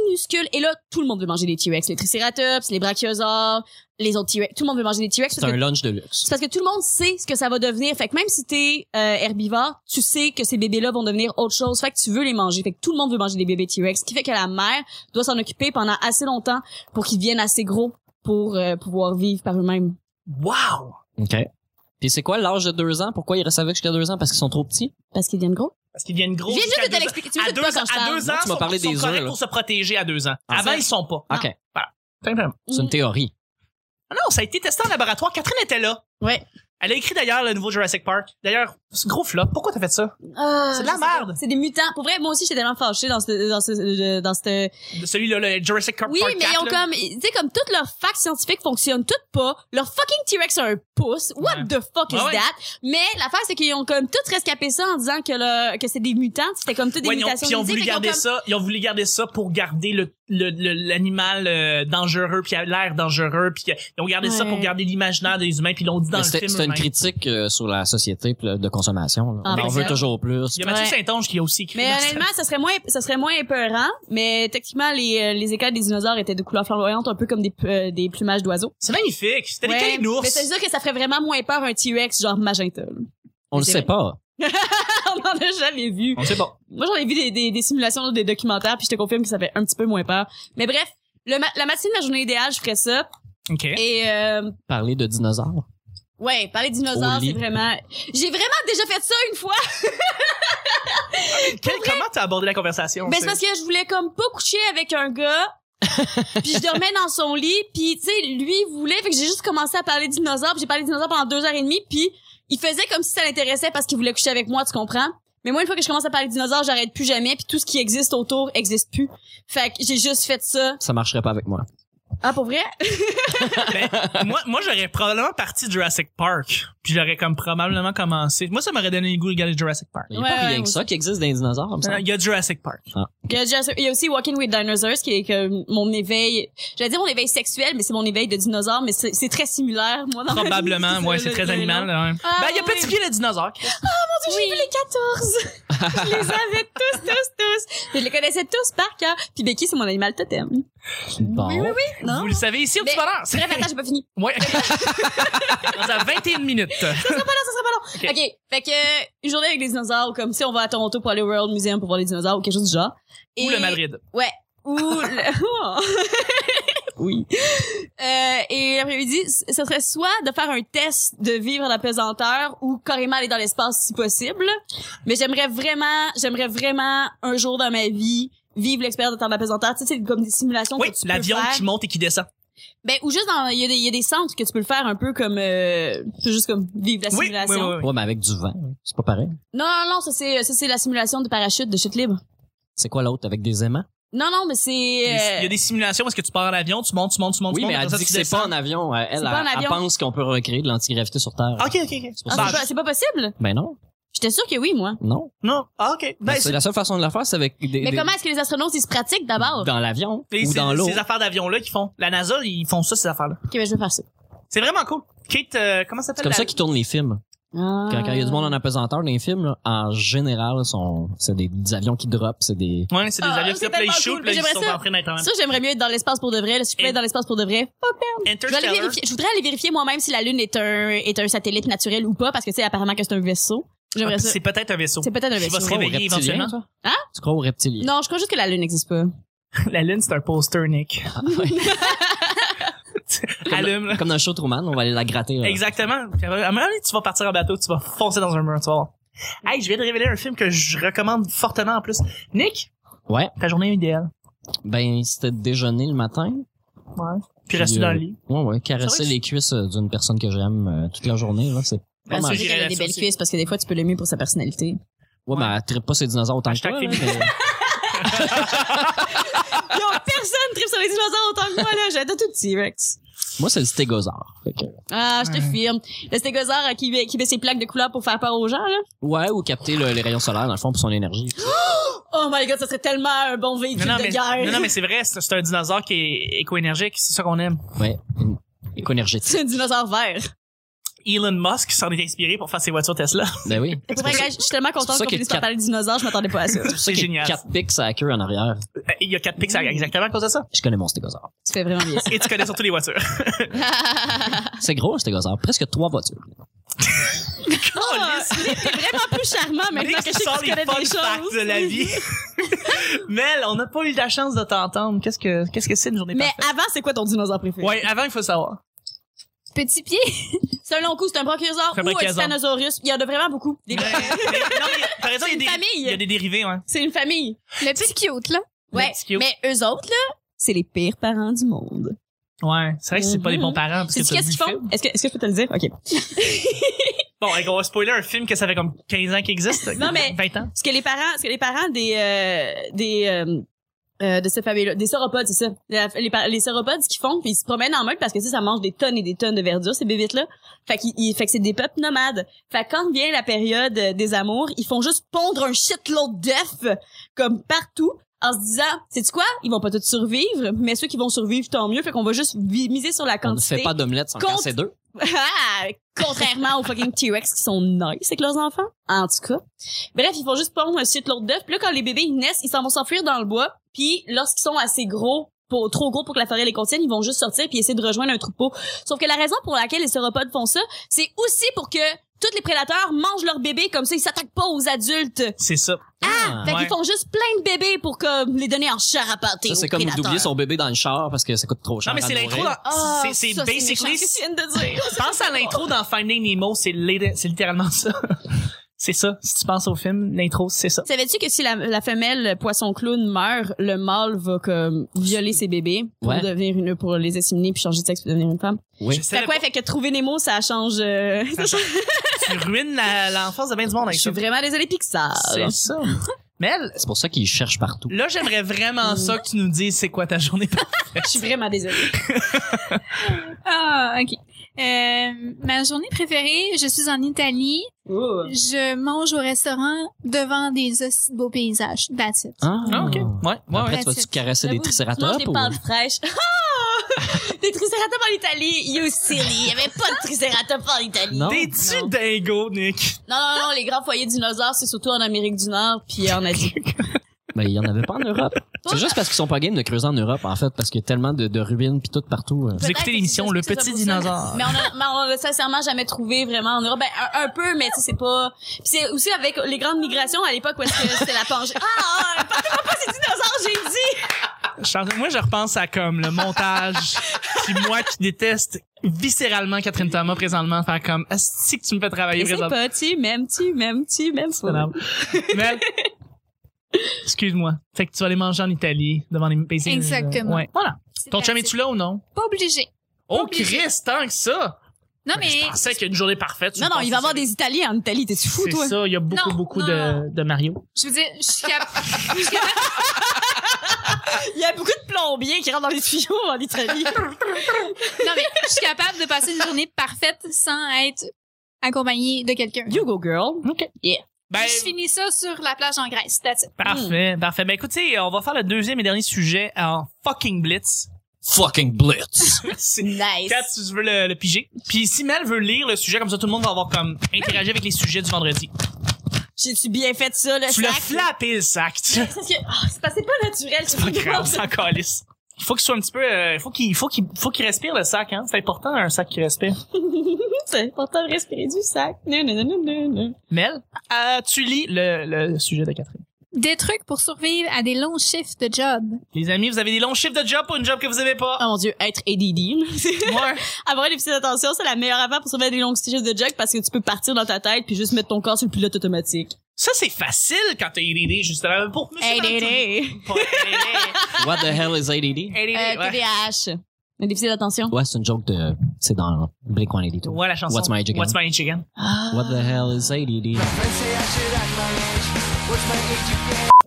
Speaker 4: minuscule et là, tout le monde veut manger des T-Rex, les triceratops, les brachiosaures, les autres T-Rex, tout le monde veut manger des T-Rex
Speaker 3: C'est
Speaker 4: parce que
Speaker 3: un lunch de
Speaker 4: c'est
Speaker 3: luxe.
Speaker 4: parce que tout le monde sait ce que ça va devenir. Fait que même si t'es euh, herbivore, tu sais que ces bébés-là vont devenir autre chose. Fait que tu veux les manger. Fait que tout le monde veut manger des bébés T-Rex. Ce qui fait que la mère doit s'en occuper pendant assez longtemps pour qu'ils deviennent assez gros pour euh, pouvoir vivre par eux-mêmes.
Speaker 2: Wow!
Speaker 3: OK. Puis c'est quoi l'âge de deux ans? Pourquoi ils restent avec jusqu'à deux ans? Parce qu'ils sont trop petits?
Speaker 4: Parce qu'ils deviennent gros.
Speaker 2: Parce qu'ils viennent gros.
Speaker 4: Je viens juste
Speaker 2: jusqu'à
Speaker 4: de te
Speaker 2: deux ans.
Speaker 4: l'expliquer. Tu veux
Speaker 2: À
Speaker 4: de
Speaker 2: deux,
Speaker 4: quoi quand je
Speaker 2: à
Speaker 4: parle?
Speaker 2: deux ans,
Speaker 3: tu m'as
Speaker 2: sont-
Speaker 3: parlé
Speaker 2: sont
Speaker 3: des
Speaker 2: corrects
Speaker 3: œufs, là.
Speaker 2: pour se protéger à deux ans.
Speaker 3: Ah,
Speaker 2: Avant,
Speaker 3: ça.
Speaker 2: ils sont pas.
Speaker 3: OK.
Speaker 4: Ah.
Speaker 2: Simplement.
Speaker 4: Mm.
Speaker 3: C'est une théorie.
Speaker 2: Ah non, ça a été testé en laboratoire. Catherine était là.
Speaker 4: Ouais.
Speaker 2: Elle a écrit d'ailleurs le nouveau Jurassic Park. D'ailleurs, ce gros flop. Pourquoi t'as fait ça?
Speaker 4: Ah,
Speaker 2: C'est de la
Speaker 4: je sais pas.
Speaker 2: merde.
Speaker 4: C'est des mutants. Pour vrai, moi aussi, j'étais tellement fâchée dans ce, dans ce, dans cette...
Speaker 2: Celui-là, le Jurassic Park
Speaker 4: Oui,
Speaker 2: Park
Speaker 4: mais ils
Speaker 2: 4,
Speaker 4: ont
Speaker 2: là.
Speaker 4: comme, tu sais, comme toutes leurs facts scientifiques fonctionnent toutes pas. Leur fucking T-Rex a un pouce. What
Speaker 2: Ouais.
Speaker 4: the fuck is
Speaker 2: Ouais, ouais.
Speaker 4: that? Mais l'affaire, c'est qu'ils ont comme tout rescapé ça en disant que le, que c'est des mutants. C'était comme toutes des
Speaker 2: Ouais, ils ont,
Speaker 4: mutations.
Speaker 2: puis ils ont voulu
Speaker 4: génétiques, fait
Speaker 2: garder
Speaker 4: qu'ils comme-
Speaker 2: ça, ils ont voulu garder ça pour garder le le- le- l'animal euh, dangereux puis l'air dangereux puis euh, ils ont gardé ça
Speaker 4: Ouais.
Speaker 2: pour garder l'imaginaire des humains puis ils l'ont dit dans le
Speaker 3: Mais C'était
Speaker 2: film.
Speaker 3: c'était une
Speaker 2: eux-mêmes.
Speaker 3: critique euh, sur la société puis, euh, de consommation. là.
Speaker 4: Ah,
Speaker 3: On en
Speaker 4: ben,
Speaker 3: veut
Speaker 4: ça.
Speaker 3: toujours plus.
Speaker 2: Il y a Mathieu
Speaker 4: Ouais.
Speaker 2: Saint-Onge qui a aussi écrit.
Speaker 4: Mais
Speaker 2: dans ça.
Speaker 4: honnêtement, ça serait moins, ça serait moins épeurant. Mais techniquement, les, euh, les écailles des dinosaures étaient de couleur flamboyante, un peu comme des, p- euh, des plumages d'oiseaux.
Speaker 2: c'est magnifique. C'était
Speaker 4: Ouais.
Speaker 2: des calinours.
Speaker 4: Mais c'est sûr que ça ferait vraiment moins peur un T-Rex genre magenta. là.
Speaker 3: On le
Speaker 4: C'est
Speaker 3: sait
Speaker 4: vrai.
Speaker 3: pas.
Speaker 4: On en a jamais vu.
Speaker 2: On sait pas.
Speaker 4: Moi, j'en ai vu des, des, des simulations, des documentaires, puis je te confirme que ça fait un petit peu moins peur. Mais bref, le ma- la matinée de la journée idéale, je ferais ça.
Speaker 2: Ok.
Speaker 4: Et euh,
Speaker 3: Parler de dinosaures.
Speaker 4: ouais, parler de dinosaures,
Speaker 3: Au lit.
Speaker 4: c'est vraiment... J'ai vraiment déjà fait ça une fois,
Speaker 2: Quel, comment t'as abordé la conversation
Speaker 4: mais Ben, c'est parce que je voulais comme pas coucher avec un gars. puis je dormais dans son lit, puis tu sais, lui il voulait, fait que j'ai juste commencé à parler de dinosaures, puis j'ai parlé de dinosaures pendant deux heures et demie, puis il faisait comme si ça l'intéressait parce qu'il voulait coucher avec moi, tu comprends? Mais moi, une fois que je commence à parler de dinosaures, j'arrête plus jamais, puis tout ce qui existe autour existe plus. Fait que j'ai juste fait ça.
Speaker 3: Ça marcherait pas avec moi.
Speaker 4: Ah, pour vrai?
Speaker 2: Ben, moi, moi j'aurais probablement parti de Jurassic Park, puis j'aurais comme probablement commencé. Moi, ça m'aurait donné le goût de regarder Jurassic Park.
Speaker 3: Mais Il n'y a
Speaker 4: Ouais,
Speaker 3: pas
Speaker 4: ouais,
Speaker 3: rien
Speaker 4: ouais.
Speaker 3: que ça qui existe des dinosaures. il me semble.
Speaker 2: Il y a Jurassic Park.
Speaker 4: Il y a, Jurassic- il y a aussi Walking with Dinosaurs qui est comme mon éveil, j'allais dire mon éveil sexuel, mais c'est mon éveil de dinosaure, mais c'est c'est très similaire, moi, dans ma vie.
Speaker 2: Probablement, ouais, c'est
Speaker 4: le-
Speaker 2: très
Speaker 4: le-
Speaker 2: animal.
Speaker 4: le-
Speaker 2: là, ouais.
Speaker 4: Ah,
Speaker 2: ben, il y a
Speaker 4: oui.
Speaker 2: Petit Pied le dinosaure.
Speaker 4: Mon Dieu, J'ai vu les 14! je les avais tous, tous, tous! Je les connaissais tous par cœur. Puis Becky, c'est mon animal totem.
Speaker 3: Bon.
Speaker 4: Oui, oui, oui! Non?
Speaker 2: Vous le savez ici au
Speaker 4: Mais-
Speaker 2: petit bonheur.
Speaker 4: Bref, attends, j'ai pas fini.
Speaker 2: Ouais. Dans un 21 minutes.
Speaker 4: OK. Fait que, euh, une journée avec les dinosaures, comme si on va à Toronto pour aller au World Museum pour voir les dinosaures ou quelque chose du genre.
Speaker 2: Ou le Madrid.
Speaker 4: Ou le... oui. Oh. Euh, et l'après-midi, c- ce serait soit de faire un test de vivre à la pesanteur ou carrément aller dans l'espace si possible. Mais j'aimerais vraiment, j'aimerais vraiment un jour dans ma vie vivre l'expérience de temps de la pesanteur. Tu sais, c'est comme des simulations
Speaker 2: Oui,
Speaker 4: que tu peux
Speaker 2: l'avion
Speaker 4: faire.
Speaker 2: qui monte et qui descend.
Speaker 4: Ben, ou juste dans, il y, a des- il y a des centres que tu peux le faire un peu comme, euh, tu peux juste comme vivre la
Speaker 2: Oui, oui,
Speaker 4: simulation.
Speaker 2: oui. oui.
Speaker 3: Ouais, mais avec du vent, hein. c'est pas pareil.
Speaker 4: Non, non, non, ça c'est, ça c'est la simulation de parachute, de chute libre.
Speaker 3: C'est quoi l'autre avec des aimants?
Speaker 4: Non, non, mais c'est,
Speaker 2: Il y a
Speaker 4: euh,
Speaker 2: des simulations parce que tu pars en avion, tu montes, tu montes, tu montes,
Speaker 3: Oui,
Speaker 2: tu montes.
Speaker 3: mais elle
Speaker 2: après ça,
Speaker 3: dit que
Speaker 2: tu
Speaker 3: c'est pas
Speaker 2: descends.
Speaker 3: en avion. Elle,
Speaker 4: C'est
Speaker 3: elle,
Speaker 4: pas en
Speaker 3: elle
Speaker 4: avion.
Speaker 3: pense qu'on peut recréer de l'antigravité sur Terre.
Speaker 2: Ok, ok, ok.
Speaker 3: C'est pour
Speaker 4: ah,
Speaker 3: ça
Speaker 4: c'est
Speaker 3: que-
Speaker 4: pas- c'est pas possible?
Speaker 3: Ben non,
Speaker 4: J'étais sûre que oui, moi.
Speaker 3: non.
Speaker 2: Non, ah, ok. Ben,
Speaker 3: c'est
Speaker 2: c'est-
Speaker 3: la seule façon de la faire, c'est avec des,
Speaker 4: Mais
Speaker 3: des-
Speaker 4: comment est-ce que les astronautes ils se pratiquent d'abord
Speaker 3: dans l'avion
Speaker 2: c'est-
Speaker 3: ou dans
Speaker 2: c'est-
Speaker 3: l'eau.
Speaker 2: Ces affaires d'avion-là qu'ils font. La NASA, ils font ça, ces affaires-là.
Speaker 4: Ok, ben je vais faire ça.
Speaker 2: C'est vraiment cool. Kate, euh, comment ça
Speaker 3: C'est
Speaker 2: s'appelle?
Speaker 3: comme
Speaker 2: la-
Speaker 3: ça qu'ils tournent les films. Quand quand il y a
Speaker 4: Ah.
Speaker 3: du monde en apesanteur, les films, là, en général, sont c'est des, des avions qui drop, c'est des...
Speaker 2: Ouais, c'est des
Speaker 4: Ah,
Speaker 2: avions qui
Speaker 4: c'est
Speaker 2: se play
Speaker 4: tellement
Speaker 2: shoot, là,
Speaker 4: cool, mais
Speaker 2: ils
Speaker 4: j'aimerais
Speaker 2: sont
Speaker 4: ça.
Speaker 2: en train d'être en même.
Speaker 4: Ça, j'aimerais mieux être dans l'espace pour de vrai. là. Si je pouvais
Speaker 2: Et-
Speaker 4: être dans l'espace pour de vrai, je vais aller
Speaker 2: Interstellar.
Speaker 4: vérifier. Je voudrais aller vérifier moi-même si la Lune est un est un satellite naturel ou pas, parce que tu sais apparemment que c'est un vaisseau. J'aimerais
Speaker 2: Ah,
Speaker 4: ça.
Speaker 2: C'est peut-être un vaisseau.
Speaker 4: C'est peut-être un
Speaker 2: Qui va
Speaker 4: vaisseau.
Speaker 2: se
Speaker 3: Tu crois aux
Speaker 2: réveiller
Speaker 3: reptiliens,
Speaker 2: éventuellement.
Speaker 3: toi?
Speaker 4: Hein?
Speaker 3: Tu crois aux reptiliens?
Speaker 4: Non, je crois juste que la Lune n'existe pas.
Speaker 2: La Lune, c'est un poster, Nick. Allume, là.
Speaker 3: Comme dans le show Truman, on va aller la gratter. là.
Speaker 2: Exactement. Puis, À un moment donné, tu vas partir en bateau, tu vas foncer dans un mur, tu vas voir. Hey, je viens de révéler un film que je recommande fortement en plus. Nick,
Speaker 3: Ouais.
Speaker 2: ta journée idéale.
Speaker 3: Ben, c'était déjeuner le matin.
Speaker 2: Ouais. Puis
Speaker 3: Puis,
Speaker 2: rester
Speaker 3: euh,
Speaker 2: dans le lit.
Speaker 3: Ouais, ouais. Caresser
Speaker 2: C'est vrai que-
Speaker 3: les cuisses euh, d'une personne que j'aime euh, toute la journée, là, c'est pas
Speaker 4: Ben,
Speaker 3: mal.
Speaker 4: c'est
Speaker 2: mal.
Speaker 4: juste qu'elle a des
Speaker 2: J'irais
Speaker 4: belles
Speaker 2: là-dessus.
Speaker 4: cuisses, parce que des fois tu peux l'aimer pour sa personnalité.
Speaker 3: ben, Ouais, mais elle tripe pas ses dinosaures autant que
Speaker 2: Hashtag
Speaker 3: toi, là,
Speaker 2: féministe.
Speaker 3: mais-
Speaker 4: personne tripe sur les dinosaures autant que moi, là. J'adore tout T-Rex.
Speaker 3: Moi, c'est le stégosaure. Fait que-
Speaker 4: Ah, je te
Speaker 2: Ouais.
Speaker 4: firme. Le stégosaure euh, qui, met- qui met ses plaques de couleur pour faire peur aux gens, là.
Speaker 3: Ouais, ou capter le- les rayons solaires, dans le fond, pour son énergie.
Speaker 4: Oh my god, ça serait tellement un bon véhicule
Speaker 2: Non, non,
Speaker 4: de
Speaker 2: mais,
Speaker 4: guerre.
Speaker 2: non, non, mais c'est vrai, c'est c'est un dinosaure qui est éco-énergique, c'est ça qu'on aime.
Speaker 3: Ouais. une- Éco-énergétique.
Speaker 4: C'est un dinosaure vert.
Speaker 2: Elon Musk s'en est inspiré pour faire ses voitures Tesla.
Speaker 3: Ben oui.
Speaker 4: Pour vrai, gars, je suis tellement
Speaker 3: pour
Speaker 4: contente
Speaker 3: ça
Speaker 4: qu'on
Speaker 3: qu'il y a
Speaker 4: finisse par
Speaker 3: quatre-
Speaker 4: parler de dinosaures, je m'attendais pas à ça.
Speaker 3: C'est pour ça qu'il y a
Speaker 2: génial.
Speaker 3: 4 pics à la queue en arrière.
Speaker 2: Euh, Il y a 4 pics exactement à cause de ça.
Speaker 3: Je connais mon stégosaure.
Speaker 4: tu fais vraiment bien ça.
Speaker 2: Et tu connais surtout les voitures.
Speaker 3: C'est gros, un stégosaure. Presque trois voitures.
Speaker 4: Ah, Nick, T'es vraiment plus charmant maintenant
Speaker 2: Nick
Speaker 4: que je sais
Speaker 2: sort
Speaker 4: que tu
Speaker 2: les
Speaker 4: connais
Speaker 2: fun
Speaker 4: des
Speaker 2: facts
Speaker 4: choses.
Speaker 2: de la vie. Mel, on n'a pas eu la chance de t'entendre. Qu'est-ce que qu'est-ce que c'est une journée
Speaker 4: Mais
Speaker 2: parfaite?
Speaker 4: avant, c'est quoi ton dinosaure préféré?
Speaker 2: Ouais, avant, il faut savoir.
Speaker 5: Petit pied.
Speaker 4: C'est un long coup, c'est un brachiosaure
Speaker 2: C'est un
Speaker 4: ou un
Speaker 2: brachiosaure.
Speaker 4: tyrannosaurus. Il y en a vraiment beaucoup. Des-
Speaker 2: Mais- Ben, mais- non, mais par exemple, il
Speaker 4: C'est une
Speaker 2: y a des- il y a
Speaker 4: famille.
Speaker 2: des dérivés, ouais.
Speaker 4: C'est une famille.
Speaker 5: Le petit cute, là.
Speaker 4: Ouais.
Speaker 2: petits cute.
Speaker 4: Mais eux autres, là, c'est les pires parents du monde.
Speaker 2: Ouais, c'est vrai que c'est pas des bons parents. parce
Speaker 4: C'est
Speaker 2: que t'as
Speaker 4: Mm-hmm. qu'est-ce
Speaker 2: vu
Speaker 4: qu'ils
Speaker 2: le film.
Speaker 4: font? Est-ce que, est-ce que je peux te le dire? OK.
Speaker 2: Bon, on va spoiler un film que ça fait comme 15 ans qu'il existe.
Speaker 4: Non, mais-
Speaker 2: 20 ans.
Speaker 4: Ce que les parents, ce que les parents des, euh, des, euh, euh, de cette famille-là, des sauropodes, c'est ça. La- les, par- les sauropodes, ce qu'ils font, puis ils se promènent en meute parce que ça, ça mange des tonnes et des tonnes de verdure, ces bébites-là. Fait qu'ils, ils- fait que c'est des peuples nomades. Fait que quand vient la période euh, des amours, ils font juste pondre un shitload d'œufs, comme partout, en se disant, c'est quoi? Ils vont pas tous survivre, mais ceux qui vont survivre, tant mieux. Fait qu'on va juste vi- miser sur la
Speaker 3: On ne fait
Speaker 4: quantité.
Speaker 3: pas d'omelette sans
Speaker 4: Compte-
Speaker 3: casser deux.
Speaker 4: Ah! Contrairement aux fucking T-Rex qui sont nice avec leurs enfants. En tout cas. Bref, ils font juste pondre un shitload l'autre d'œufs. Puis là, quand les bébés, ils naissent, ils s'en vont s'enfuir dans le bois. Puis lorsqu'ils sont assez gros, pour, trop gros pour que la forêt les contienne, ils vont juste sortir puis essayer de rejoindre un troupeau. Sauf que la raison pour laquelle les sauropodes font ça, c'est aussi pour que tous les prédateurs mangent leurs bébés comme ça, ils s'attaquent pas aux adultes.
Speaker 2: C'est ça.
Speaker 3: Ah!
Speaker 4: Fait
Speaker 2: Ouais.
Speaker 4: qu'ils font juste plein de bébés pour comme les donner en charapatée
Speaker 3: Ça, c'est
Speaker 4: aux
Speaker 3: comme
Speaker 4: prédateurs.
Speaker 3: d'oublier son bébé dans le char parce que ça coûte trop cher.
Speaker 2: Non, mais c'est
Speaker 3: à
Speaker 2: l'intro
Speaker 3: nourrir.
Speaker 2: dans.
Speaker 4: Ah,
Speaker 2: c'est- c'est
Speaker 4: ça, méchant
Speaker 2: basically.
Speaker 4: ce que tu viens de dire.
Speaker 2: Pense à l'intro dans Finding Nemo, c'est lit- c'est littéralement ça. c'est ça. Si tu penses au film, l'intro, c'est ça.
Speaker 4: Savais-tu que si la, la femelle poisson clown meurt, le mâle va comme violer ses bébés pour
Speaker 3: Ouais.
Speaker 4: devenir une pour les assimiler puis changer de sexe pour devenir une femme.
Speaker 3: Oui.
Speaker 2: Je
Speaker 4: Fait
Speaker 2: savais
Speaker 4: quoi
Speaker 2: pas.
Speaker 4: fait que trouver Nemo ça change. euh,
Speaker 2: tu ruines la- l'enfance de bien du monde
Speaker 4: je
Speaker 2: avec
Speaker 4: suis
Speaker 2: ça.
Speaker 4: vraiment désolée Pixar.
Speaker 2: C'est ça. Mel,
Speaker 3: C'est pour ça qu'ils cherchent partout.
Speaker 2: là, j'aimerais vraiment
Speaker 4: Mm.
Speaker 2: ça que tu nous dises c'est quoi ta journée.
Speaker 4: Je suis vraiment désolée.
Speaker 5: Ah, OK. Euh, ma journée préférée, je suis en Italie.
Speaker 4: Oh.
Speaker 5: Je mange au restaurant devant des aussi beaux paysages. That's it.
Speaker 3: Ah,
Speaker 2: Ah, ok. Ouais, ouais,
Speaker 3: Après,
Speaker 2: ouais.
Speaker 3: tu vas-tu
Speaker 5: That's it.
Speaker 3: caresser des
Speaker 4: J'avoue, Je mange
Speaker 3: tricératops
Speaker 4: des
Speaker 3: ou...
Speaker 4: pâtes fraîches. Ah! des tricératops en Italie. You silly. Il y avait pas de tricératops en Italie.
Speaker 3: Non.
Speaker 2: T'es-tu dingo, Nick?
Speaker 4: Non non non, les grands foyers dinosaures c'est surtout en Amérique du Nord puis en Asie.
Speaker 3: Ben, il y en avait pas en Europe. C'est juste parce qu'ils sont pas game de creuser en Europe, en fait, parce qu'il y a tellement de, de ruines pis tout partout. euh.
Speaker 2: Vous écoutez l'émission Le Petit Dinosaure.
Speaker 4: Mais on a, mais on a sincèrement jamais trouvé vraiment en Europe. Ben, un, un peu, mais tu sais, c'est pas... Puis c'est aussi avec les grandes migrations à l'époque où est-ce que c'était la Pangée. Ah! ah Parlez-moi pas ces dinosaures, j'ai dit!
Speaker 2: Je- Moi, je repense à comme le montage. Puis moi qui déteste viscéralement Catherine Thomas présentement, faire comme, si que tu me fais travailler présentement.
Speaker 4: petit, même petit, même petit, même
Speaker 2: C'est énorme. Mel, excuse-moi. Fait que tu vas aller manger en Italie devant les paysans.
Speaker 5: Exactement.
Speaker 2: Ouais. Voilà.
Speaker 5: C'est
Speaker 2: Ton chum
Speaker 5: that's it.
Speaker 2: est-tu là ou non?
Speaker 5: Pas obligé.
Speaker 2: Oh,
Speaker 5: Obligé.
Speaker 2: Chris, tant que ça!
Speaker 5: Non, mais...
Speaker 2: Ben, Je pensais qu'il y a une journée parfaite. tu
Speaker 4: Non, non,
Speaker 2: penses
Speaker 4: il va y
Speaker 2: que
Speaker 4: avoir des Italiens en Italie, t'es-tu fou,
Speaker 2: C'est
Speaker 4: toi?
Speaker 2: ça, il y a beaucoup,
Speaker 5: Non,
Speaker 2: beaucoup
Speaker 5: non,
Speaker 2: de,
Speaker 5: non.
Speaker 2: de Mario.
Speaker 5: Je veux dire, je suis capable...
Speaker 4: Il y a beaucoup de plombiers qui rentrent dans les tuyaux en Italie.
Speaker 5: Non, mais je suis capable de passer une journée parfaite sans être accompagnée de quelqu'un.
Speaker 4: you go, girl.
Speaker 2: OK.
Speaker 4: Yeah.
Speaker 2: Ben,
Speaker 5: Je finis ça sur la plage en Grèce. That's it.
Speaker 2: parfait, parfait. Ben, écoutez, on va faire le deuxième et dernier sujet en fucking blitz.
Speaker 3: Fucking blitz!
Speaker 2: Merci.
Speaker 4: Nice.
Speaker 2: Kat, si tu veux le, le piger. Puis si Mel veut lire le sujet, comme ça tout le monde va avoir comme interagi avec les sujets du vendredi.
Speaker 4: J'ai-tu bien fait ça, le
Speaker 2: tu l'as
Speaker 4: sac?
Speaker 2: flappé le sac. Tu...
Speaker 4: Parce que, ah, c'est parce que c'est pas naturel, tu
Speaker 2: pas grave, c'est encore lisse. Il faut qu'il soit un petit peu, euh, faut qu'il, faut qu'il, faut qu'il respire le sac, hein. C'est important un sac qui respire.
Speaker 4: C'est important de respirer du sac. Non, non, non, non, non, non.
Speaker 2: Mel, euh, tu lis le, le sujet de Catherine.
Speaker 5: Des trucs pour survivre à des longs shifts de job.
Speaker 2: Les amis, vous avez des longs chiffres de job pour une job que vous aimez pas.
Speaker 4: Oh mon dieu, être ADD.
Speaker 2: Moi,
Speaker 4: Avoir un déficit d'attention, c'est la meilleure affaire pour survivre à des longues stages de jog parce que tu peux partir dans ta tête puis juste mettre ton corps sur le pilote automatique.
Speaker 2: ça c'est facile quand t'as ADD justement pour monsieur. Anthony. Pas ADD.
Speaker 3: What the hell is ADD?
Speaker 2: ADD,
Speaker 4: Euh,
Speaker 2: ouais.
Speaker 4: TDAH. Un déficit d'attention.
Speaker 3: Ouais, c'est une joke de... C'est dans Blink-182.
Speaker 2: Ouais, la chanson.
Speaker 3: What's my chicken?
Speaker 2: What's my chicken?
Speaker 3: What the hell is ADD?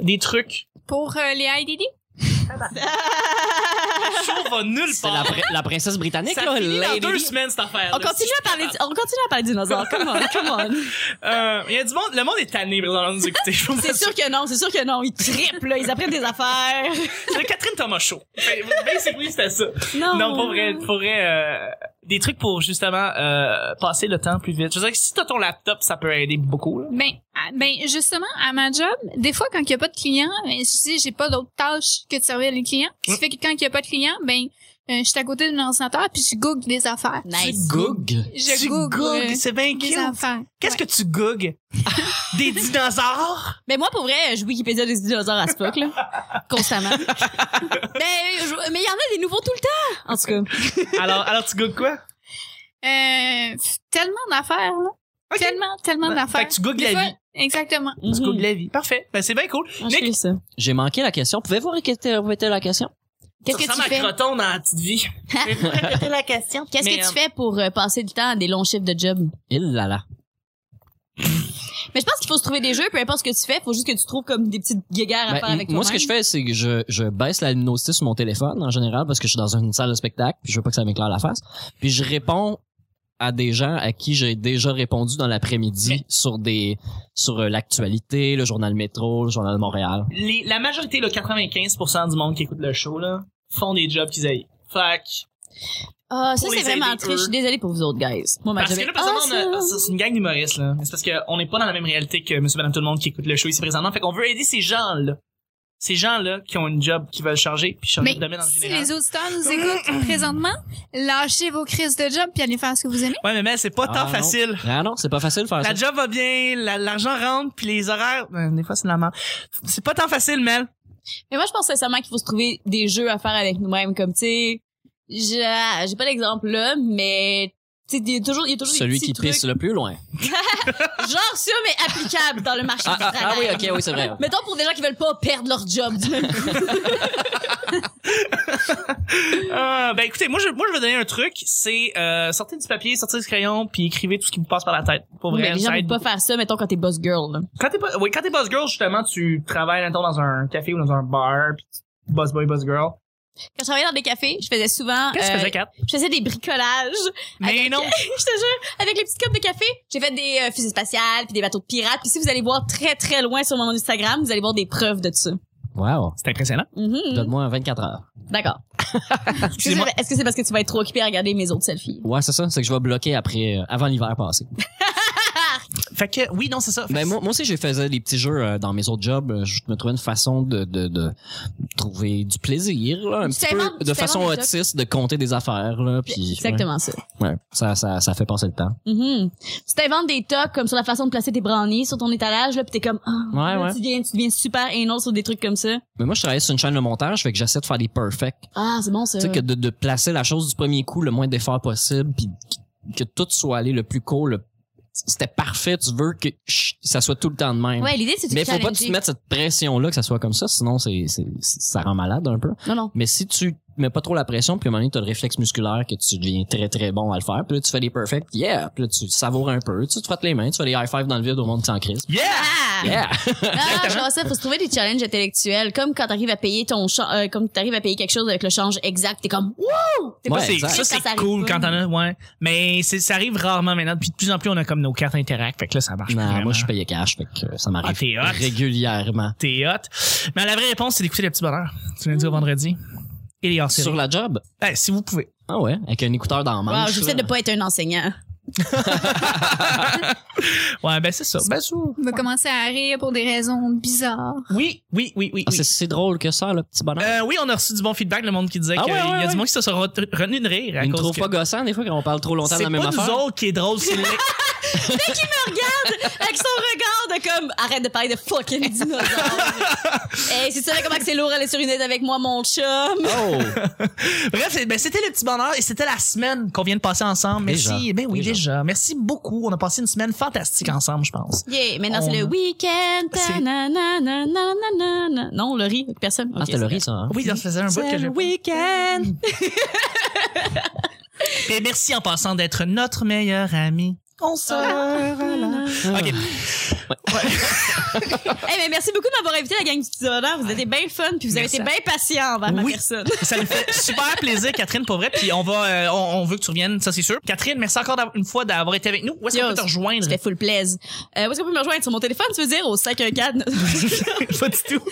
Speaker 2: Des trucs.
Speaker 5: Pour euh, les IDD?
Speaker 2: Le show va nulle
Speaker 3: C'est la,
Speaker 2: part.
Speaker 3: pri- la princesse britannique,
Speaker 2: Ça
Speaker 3: là.
Speaker 2: finit dans
Speaker 3: Lady
Speaker 2: deux
Speaker 3: Di.
Speaker 2: semaines, cette affaire.
Speaker 4: On continue à parler, on continue à parler de dinosaures. Come on, come on.
Speaker 2: Euh, il y a du monde, le monde est tanné, présentement, de nous écouter. Je vous
Speaker 4: C'est sûr que non, c'est sûr que non. Ils trippent, là. Ils apprennent des affaires.
Speaker 2: C'est le Catherine Thomas Show. Fait- Basically, c'était ça.
Speaker 4: Non.
Speaker 2: Non, pour vrai, pour vrai, euh, des trucs pour justement euh, passer le temps plus vite. Je veux dire que si t'as ton laptop, ça peut aider beaucoup. Là.
Speaker 5: Ben, à- ben justement, à ma job, des fois, quand il n'y a pas de clients, ben, je sais, j'ai pas d'autre tâche que de servir les clients. Ce qui fait que quand il n'y a pas de clients, ben, euh, je suis à côté de mon ordinateur puis je google des affaires.
Speaker 4: Nice.
Speaker 3: Goog.
Speaker 5: Je
Speaker 2: tu
Speaker 5: google,
Speaker 2: googles,
Speaker 5: euh,
Speaker 2: c'est bien
Speaker 5: des
Speaker 2: cute.
Speaker 5: affaires.
Speaker 2: Qu'est-ce que tu googles? des dinosaures?
Speaker 4: Mais moi, pour vrai, je Wikipédia des dinosaures à Spock, là. Constamment. mais je- mais il y en a des nouveaux tout le temps. En tout cas.
Speaker 2: alors, alors, tu googles quoi?
Speaker 5: Euh, pff, tellement d'affaires, là.
Speaker 2: Ok.
Speaker 5: Tellement, tellement
Speaker 2: Ouais.
Speaker 5: d'affaires.
Speaker 2: Fait que tu googles
Speaker 5: Des
Speaker 2: la
Speaker 5: fois-
Speaker 2: vie.
Speaker 5: Exactement.
Speaker 2: Tu
Speaker 4: Mm-hmm.
Speaker 2: googles la vie. Parfait. Ben, c'est bien cool. Nick,
Speaker 6: ça.
Speaker 3: J'ai manqué la question. Pouvez-vous répéter répéter la question?
Speaker 4: Qu'est-ce que tu
Speaker 2: ressembles à
Speaker 4: fais?
Speaker 2: Croton dans la petite vie. la question.
Speaker 4: Qu'est-ce
Speaker 2: Mais,
Speaker 4: que
Speaker 2: euh,
Speaker 4: tu fais pour euh, passer du temps à des longs chiffres de job?
Speaker 3: Il Eh là là.
Speaker 4: Mais je pense qu'il faut se trouver des jeux, peu importe ce que tu fais, faut juste que tu trouves comme des petites guéguerres à
Speaker 3: Ben,
Speaker 4: faire avec toi.
Speaker 3: moi, ce que je fais, c'est que je, je baisse la luminosité sur mon téléphone en général parce que je suis dans une salle de spectacle, puis je veux pas que ça m'éclaire la face. Puis je réponds à des gens à qui j'ai déjà répondu dans l'après-midi
Speaker 2: Mais-
Speaker 3: sur des sur euh, l'actualité, le journal Métro, le journal de Montréal.
Speaker 2: les- la majorité, le 95% du monde qui écoute le show, là, font des jobs qu'ils aillent. Fait que-
Speaker 4: Ah, ça,
Speaker 2: pour
Speaker 4: c'est
Speaker 2: les
Speaker 4: vraiment
Speaker 2: aider,
Speaker 4: triste. Je
Speaker 2: eux.
Speaker 4: suis désolée pour vous autres, guys. Moi, ma
Speaker 2: Parce que
Speaker 4: job
Speaker 2: là,
Speaker 4: est- Ah,
Speaker 2: présentement, on a-
Speaker 4: ça-
Speaker 2: c'est c'est une gang d'humoristes, là. Mais C'est parce qu'on n'est pas dans la même réalité que monsieur, madame, tout le monde qui écoute le show ici présentement. Fait qu'on veut aider ces gens-là. Ces gens-là qui ont une job, qui veulent changer, puis changer
Speaker 5: Mais
Speaker 2: de domaine en
Speaker 5: si
Speaker 2: général.
Speaker 5: les auditeurs nous écoutent présentement, lâchez vos crises de job puis allez faire ce que vous aimez.
Speaker 2: Ouais, mais, mais c'est pas
Speaker 3: Ah,
Speaker 2: tant
Speaker 3: non.
Speaker 2: facile.
Speaker 3: Ah non, c'est pas facile de faire ça.
Speaker 2: La job va bien, la- l'argent rentre, puis les horaires, ben, des fois, c'est de la merde. C'est pas tant facile, Mel.
Speaker 4: Mais moi, je pense sincèrement qu'il faut se trouver des jeux à faire avec nous-mêmes, comme, tu sais, j'ai j'ai pas d'exemple là, mais, tu sais, il y a toujours, il y a toujours des
Speaker 3: Celui
Speaker 4: petits
Speaker 3: qui
Speaker 4: trucs.
Speaker 3: pisse le plus loin.
Speaker 4: Genre ça, mais applicable dans le marché
Speaker 3: Ah,
Speaker 4: du
Speaker 3: ah,
Speaker 4: travail.
Speaker 3: ah oui, ok, oui, c'est vrai.
Speaker 4: Mettons pour des gens qui veulent pas perdre leur job.
Speaker 2: Euh, ben, écoutez, moi, je, moi, je vais donner un truc. C'est, euh, sortez du papier, sortez du crayon, puis écrivez tout ce qui vous passe par la tête. Pour vrai,
Speaker 4: mais les gens
Speaker 2: ça
Speaker 4: veulent
Speaker 2: aide
Speaker 4: pas faire ça, mettons quand t'es boss girl. là.
Speaker 2: Quand t'es pas, oui, quand t'es boss girl, justement, tu travailles, mettons, dans un café ou dans un bar, pis tu- boss boy, boss girl.
Speaker 4: Quand je travaillais dans des cafés, je faisais souvent,
Speaker 2: Qu'est-ce que tu
Speaker 4: euh,
Speaker 2: faisais, Kat?
Speaker 4: je faisais des bricolages.
Speaker 2: Mais
Speaker 4: avec-
Speaker 2: non!
Speaker 4: je te jure, avec les petites copes de café, j'ai fait des euh, fusées spatiales puis des bateaux de pirates. Puis si vous allez voir très très loin sur mon Instagram, vous allez voir des preuves de ça.
Speaker 3: Wow.
Speaker 2: C'est impressionnant.
Speaker 4: Mhm.
Speaker 3: Donne-moi un 24 heures.
Speaker 4: D'accord. Est-ce que
Speaker 2: Excusez-moi.
Speaker 4: c'est- est-ce que c'est parce que tu vas être trop occupé à regarder mes autres selfies
Speaker 3: Ouais, c'est ça, c'est que je vais bloquer après, euh, avant l'hiver passé.
Speaker 2: Fait que, oui, non, c'est ça. Fait
Speaker 3: Ben,
Speaker 2: que-
Speaker 3: moi, moi aussi, j'ai faisais des petits jeux euh, dans mes autres jobs. Euh, Je me trouvais une façon de, de, de trouver du plaisir, là, un
Speaker 4: Tu
Speaker 3: petit
Speaker 4: t'inventes-
Speaker 3: peu,
Speaker 4: tu
Speaker 3: de façon
Speaker 4: t'inventes des
Speaker 3: autiste, de compter des affaires. Là, puis,
Speaker 4: Exactement ça.
Speaker 3: Ouais, ouais, ça, ça, ça fait passer le temps.
Speaker 4: Mhm. Tu t'inventes des tocs comme sur la façon de placer tes brownies sur ton étalage là, puis t'es comme Ah,
Speaker 3: Ouais,
Speaker 4: là,
Speaker 3: ouais.
Speaker 4: tu deviens tu deviens super anal sur des trucs comme ça.
Speaker 3: Mais moi, je travaillais sur une chaîne de montage, fait que j'essaie de faire des perfects.
Speaker 4: Ah, c'est bon ça.
Speaker 3: Tu sais, que de, de placer la chose du premier coup le moins d'efforts possible, puis que tout soit allé le plus court, le- c'était parfait, tu veux que chut, ça soit tout le temps de même.
Speaker 4: Ouais, l'idée c'est de
Speaker 3: Mais
Speaker 4: se
Speaker 3: faut pas que
Speaker 4: challenger.
Speaker 3: tu te mettes cette pression-là que ça soit comme ça, sinon c'est, c'est, ça rend malade un peu.
Speaker 4: Non non.
Speaker 3: Mais si tu mets pas trop la pression, puis à un moment donné, t'as le réflexe musculaire que tu deviens très très bon à le faire, puis là tu fais des perfects, yeah, puis là tu savoures un peu, tu te frottes les mains, tu fais des high five dans le vide au monde qui s'en crise.
Speaker 2: Yeah!
Speaker 4: Ah!
Speaker 3: Yeah!
Speaker 4: Ah, genre ça, faut se trouver des challenges intellectuels, comme quand t'arrives à payer ton, cha- euh, comme t'arrives à payer quelque chose avec le change exact, t'es comme, wouh! T'es
Speaker 3: Ouais,
Speaker 2: Ça, c'est-
Speaker 3: exact.
Speaker 2: Ah, ça,
Speaker 4: Quand ça
Speaker 2: c'est
Speaker 4: arrive
Speaker 2: cool
Speaker 4: pas.
Speaker 2: quand t'en as, ouais. Mais c'est, ça arrive rarement maintenant. Puis de plus en plus, on a comme nos cartes interact. Fait que là, ça marche.
Speaker 3: non,
Speaker 2: plus vraiment.
Speaker 3: moi je suis payé cash, fait que ça
Speaker 2: Ah,
Speaker 3: m'arrive
Speaker 2: t'es hot.
Speaker 3: régulièrement.
Speaker 2: T'es hot. Mais la vraie réponse, c'est d'écouter le petit bonheur. Tu viens de dire vendredi. Et les hors-séries.
Speaker 3: Sur la job?
Speaker 2: Ben, si vous pouvez.
Speaker 3: Ah ouais, avec un écouteur dans la
Speaker 4: Wow,
Speaker 3: manche.
Speaker 4: j'essaie de pas être un enseignant.
Speaker 2: Ouais, ben, c'est ça. Ben, c'est-
Speaker 5: On va commencer à rire pour des raisons bizarres.
Speaker 2: oui, oui, oui, oui.
Speaker 3: Ah,
Speaker 2: oui.
Speaker 3: c'est, c'est drôle que ça, le petit bonhomme.
Speaker 2: Euh, oui, on a reçu du bon feedback, le monde qui disait
Speaker 3: Ah
Speaker 2: qu'il
Speaker 3: ouais,
Speaker 2: y a
Speaker 3: ouais,
Speaker 2: du
Speaker 3: ouais.
Speaker 2: monde qui se sont re- retenu de rire à
Speaker 3: Il me
Speaker 2: cause
Speaker 3: trouve
Speaker 2: que...
Speaker 3: pas gossant des fois quand on parle trop longtemps de
Speaker 2: C'est
Speaker 3: la même
Speaker 2: pas
Speaker 3: affaire.
Speaker 2: nous autres qui est drôle, c'est les-
Speaker 4: Avec son regard de comme, arrête de parler de fucking dinosaures. hey, c'est ça là, comment que c'est lourd aller sur une aide avec moi, mon chum.
Speaker 3: Oh!
Speaker 2: Bref, c'est- ben, c'était le petit bonheur et c'était la semaine qu'on vient de passer ensemble. Merci.
Speaker 3: Déjà.
Speaker 2: Ben oui, déjà.
Speaker 3: Déjà.
Speaker 2: Merci beaucoup. On a passé une semaine fantastique ensemble, je pense.
Speaker 4: Yeah, maintenant
Speaker 2: On- Ah,
Speaker 4: c'est le week-end.
Speaker 2: C'est-
Speaker 4: Ta- na- na- na- na- na- na- na. Non, le riz, personne.
Speaker 3: Ah,
Speaker 4: Ok,
Speaker 3: c'était le riz, ça, hein?
Speaker 2: Oui, ça faisait un bout que
Speaker 4: C'est
Speaker 2: je.
Speaker 4: le week-end.
Speaker 2: Ben, Et merci en passant d'être notre meilleur ami. On sort. Ok.
Speaker 4: Eh ben, merci beaucoup de m'avoir invité, la gang du petit bonheur. Vous avez bien le fun, puis vous avez
Speaker 2: Merci.
Speaker 4: été bien patient envers ma
Speaker 2: Oui.
Speaker 4: personne.
Speaker 2: Ça nous fait super plaisir, Catherine, pour vrai. Puis on va, euh, on, on veut que tu reviennes, ça c'est sûr. Catherine, merci encore d'avoir- une fois d'avoir été avec nous. Où est-ce qu'on
Speaker 4: Yo,
Speaker 2: peut te rejoindre?
Speaker 4: C'était full plaise. Euh, où est-ce qu'on peut me rejoindre? Sur mon téléphone, tu veux dire? Au 514.
Speaker 2: Pas du tout.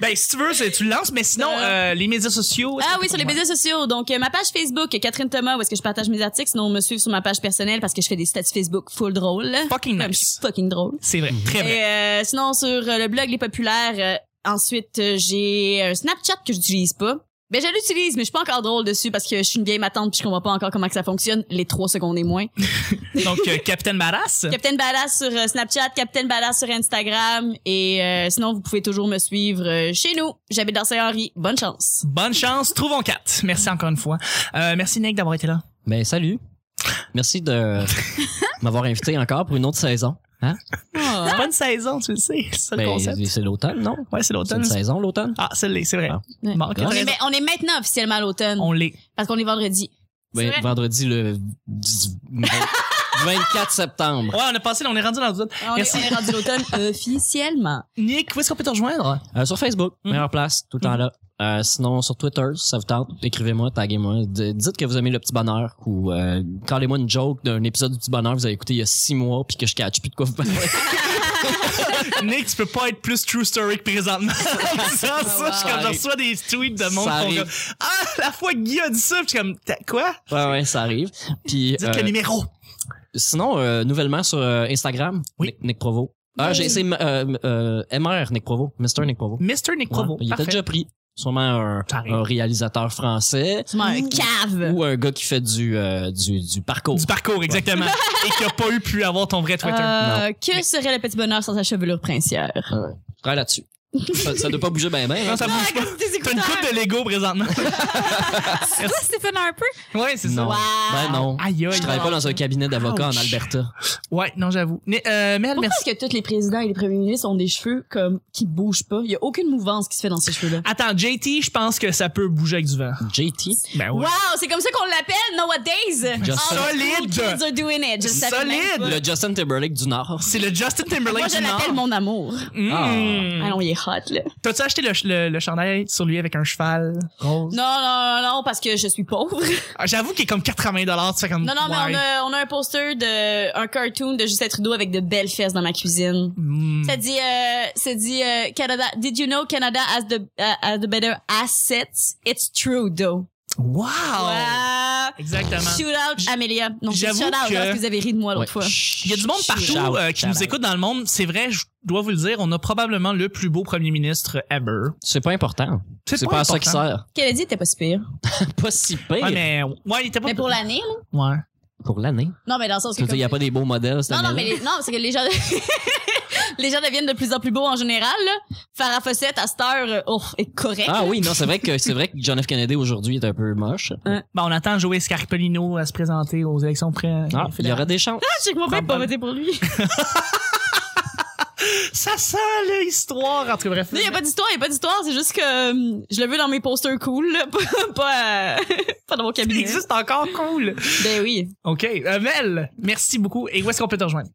Speaker 2: Ben, si tu veux, c'est- tu le lances, mais sinon,
Speaker 4: Euh,
Speaker 2: euh, les médias sociaux. est-ce
Speaker 4: Ah
Speaker 2: qu'on
Speaker 4: oui,
Speaker 2: peut
Speaker 4: sur les
Speaker 2: te
Speaker 4: médias sociaux. Donc, euh, ma page Facebook, Catherine Thomas, où est-ce que je partage mes articles. Sinon, on me suit sur ma page personnelle parce que je fais des stats Facebook full drôle.
Speaker 2: Fucking
Speaker 4: Comme
Speaker 2: nice.
Speaker 4: je suis fucking drôle.
Speaker 2: C'est vrai,
Speaker 3: Mhm.
Speaker 2: très vrai.
Speaker 4: Et euh, sinon, sur euh, le blog Les Populaires, euh, ensuite, euh, j'ai un Snapchat que j'utilise pas. Ben, je l'utilise, mais je suis pas encore drôle dessus parce que je suis une vieille matante puis je comprends pas encore comment que ça fonctionne. Les trois secondes et moins.
Speaker 2: Donc, euh, Capitaine Maras.
Speaker 4: Captain Badass sur euh, Snapchat, Captain Badass sur Instagram. Et euh, sinon, vous pouvez toujours me suivre euh, chez nous. J'habite dans Saint-Henri. Bonne chance.
Speaker 2: Bonne chance, trouvons quatre. Merci encore une fois. Euh, merci Nick d'avoir été là.
Speaker 3: Ben, salut. Merci de m'avoir invité encore pour une autre saison. Hein?
Speaker 4: Ah.
Speaker 2: C'est pas une saison, tu le sais. C'est ça le
Speaker 3: Ben,
Speaker 2: concept.
Speaker 3: c'est l'automne, non?
Speaker 2: Ouais, c'est
Speaker 3: C'est
Speaker 2: l'automne.
Speaker 3: une saison, l'automne?
Speaker 2: Ah, celle-là, c'est vrai.
Speaker 3: Ah.
Speaker 4: Ouais.
Speaker 2: Bon, ok,
Speaker 4: On
Speaker 2: t'as
Speaker 4: est,
Speaker 2: raison.
Speaker 4: ma- on est maintenant officiellement à l'automne
Speaker 2: on l'est.
Speaker 4: parce qu'on est vendredi.
Speaker 3: Ben,
Speaker 4: vrai.
Speaker 3: vendredi le 10 24 septembre.
Speaker 2: Ouais, on a passé, là, on est rendu dans le doute.
Speaker 4: On, est,
Speaker 2: Merci.
Speaker 4: on est rendu l'automne officiellement.
Speaker 2: Nick, où est-ce qu'on peut te rejoindre?
Speaker 3: Euh, sur Facebook,
Speaker 2: Mhm.
Speaker 3: meilleure place, tout le temps là. Euh, sinon, sur Twitter, si ça vous tente, écrivez-moi, taguez-moi. D- Dites que vous aimez le petit bonheur ou euh, callez-moi une joke d'un épisode du petit bonheur que vous avez écouté il y a six mois puis que je catch plus de quoi vous parlez.
Speaker 2: Nick, tu peux pas être plus true story que présentement. ça, ça, je suis comme, je reçois des tweets de monde qui
Speaker 3: Ça
Speaker 2: font
Speaker 3: arrive.
Speaker 2: comme, ah, la fois que Guy a dit ça, puis je suis comme, T'as- quoi?
Speaker 3: ouais, ouais, ça arrive. Puis,
Speaker 2: Dites
Speaker 3: euh,
Speaker 2: le numéro.
Speaker 3: sinon, euh, nouvellement sur euh, Instagram,
Speaker 2: Oui.
Speaker 3: Nick, Nick Provo. Ah, j'ai essayé euh, euh, MR Nick Provo, Mr. Nick Provo.
Speaker 2: Mr. Nick Provo.
Speaker 3: Ouais, il
Speaker 2: Parfait.
Speaker 3: était déjà pris. Sûrement un,
Speaker 2: Ça arrive.
Speaker 3: un réalisateur français
Speaker 4: Tu m'as un cave.
Speaker 3: ou un gars qui fait du, euh, du, du parcours.
Speaker 2: Du parcours, exactement. Et qui a pas eu pu avoir ton vrai Twitter.
Speaker 4: Euh, que serait le petit bonheur sans sa chevelure princière? Ah,
Speaker 3: Je travaille là-dessus. ça, ça doit pas bouger ben, hein. bien, bien.
Speaker 2: Non, ça bouge pas. T'as une coupe de Lego présentement.
Speaker 5: C'est
Speaker 4: Ah,
Speaker 5: toi, Stephen Harper?
Speaker 2: ouais, c'est ça.
Speaker 3: Non. Ben non.
Speaker 2: Aïe, aïe.
Speaker 3: Je travaille pas dans un cabinet d'avocats
Speaker 2: Ouch.
Speaker 3: en Alberta.
Speaker 2: Ouais, non, j'avoue. Mais, euh, Mel,
Speaker 4: Pourquoi
Speaker 2: merci.
Speaker 4: est-ce que tous les présidents et les premiers ministres ont des cheveux comme qui bougent pas? Il y a aucune mouvance qui se fait dans ces cheveux-là.
Speaker 2: Attends, JT, je pense que ça peut bouger avec du vent.
Speaker 3: JT.
Speaker 2: Ben
Speaker 4: Wow, c'est comme ça qu'on l'appelle nowadays.
Speaker 3: Just
Speaker 4: All
Speaker 2: solide.
Speaker 4: cool kids are doing it. Je le savais même
Speaker 2: Solide.
Speaker 4: pas.
Speaker 3: Le Justin Timberlake du Nord.
Speaker 2: C'est le Justin
Speaker 4: Moi,
Speaker 2: Timberlake
Speaker 4: je
Speaker 2: du
Speaker 4: l'appelle
Speaker 2: Nord.
Speaker 4: mon amour.
Speaker 2: Mm.
Speaker 4: Allons, il est hot, là.
Speaker 2: T'as-tu acheté le, le, le chandail sur lui avec un cheval rose?
Speaker 4: Non, non, non, non, parce que je suis pauvre.
Speaker 2: Ah, J'avoue qu'il est comme 80 dollars, tu fais comme.
Speaker 4: Non, non, mais
Speaker 2: ouais.
Speaker 4: on a, on a un poster de, un cartoon de Justin Trudeau avec de belles fesses dans ma cuisine.
Speaker 2: Mm.
Speaker 4: Ça dit, euh, ça dit, euh, Canada, did you know Canada has the, uh, has the better assets? It's Trudeau.
Speaker 2: Wow!
Speaker 4: Ouais.
Speaker 2: Exactement.
Speaker 4: Shoot out, Amélia. Non, shoot
Speaker 2: J'avoue
Speaker 4: out,
Speaker 2: que-
Speaker 4: parce que vous avez ri de moi l'autre
Speaker 3: Ouais.
Speaker 4: fois.
Speaker 2: Il y a du monde partout
Speaker 3: Shout,
Speaker 2: euh, qui
Speaker 3: shout
Speaker 2: nous
Speaker 3: out.
Speaker 2: écoute dans le monde. C'est vrai, je dois vous le dire, on a probablement le plus beau premier ministre ever.
Speaker 3: C'est pas important. C'est pas, à ça qui
Speaker 2: important.
Speaker 3: sert.
Speaker 4: Kennedy était pas si pire.
Speaker 3: Pas si pire
Speaker 2: Ouais, mais ouais, il était pas.
Speaker 4: Mais pour l'année, là.
Speaker 2: Ouais.
Speaker 3: pour l'année.
Speaker 4: Non, mais dans le sens que.
Speaker 3: Il n'y a
Speaker 4: comme-
Speaker 3: pas des beaux modèles cette
Speaker 4: Non, non,
Speaker 3: année-là.
Speaker 4: mais les- non, c'est que les gens, les gens deviennent de plus en plus beaux en général, là. Farah Fawcett, à cette heure, euh, oh, est correct.
Speaker 3: Ah oui, non, c'est vrai que c'est vrai que John F. Kennedy aujourd'hui est un peu moche. Ah,
Speaker 2: Ben, on attend Joey Scarpolino à se présenter aux élections pré.
Speaker 3: Ah, il y aura des chances.
Speaker 4: Je sais que mon père peut pas
Speaker 2: Probable.
Speaker 4: voter pour lui.
Speaker 2: Ça sent l'histoire, en tout cas, bref.
Speaker 4: Non, y a pas d'histoire, y a pas d'histoire, c'est juste que hum, je le veux dans mes posters cool, là, pas, pas, euh, pas dans mon
Speaker 2: Il
Speaker 4: cabinet.
Speaker 2: existe encore, cool.
Speaker 4: Ben oui.
Speaker 2: OK. Euh, Mel, merci beaucoup. Et où est-ce qu'on peut te rejoindre?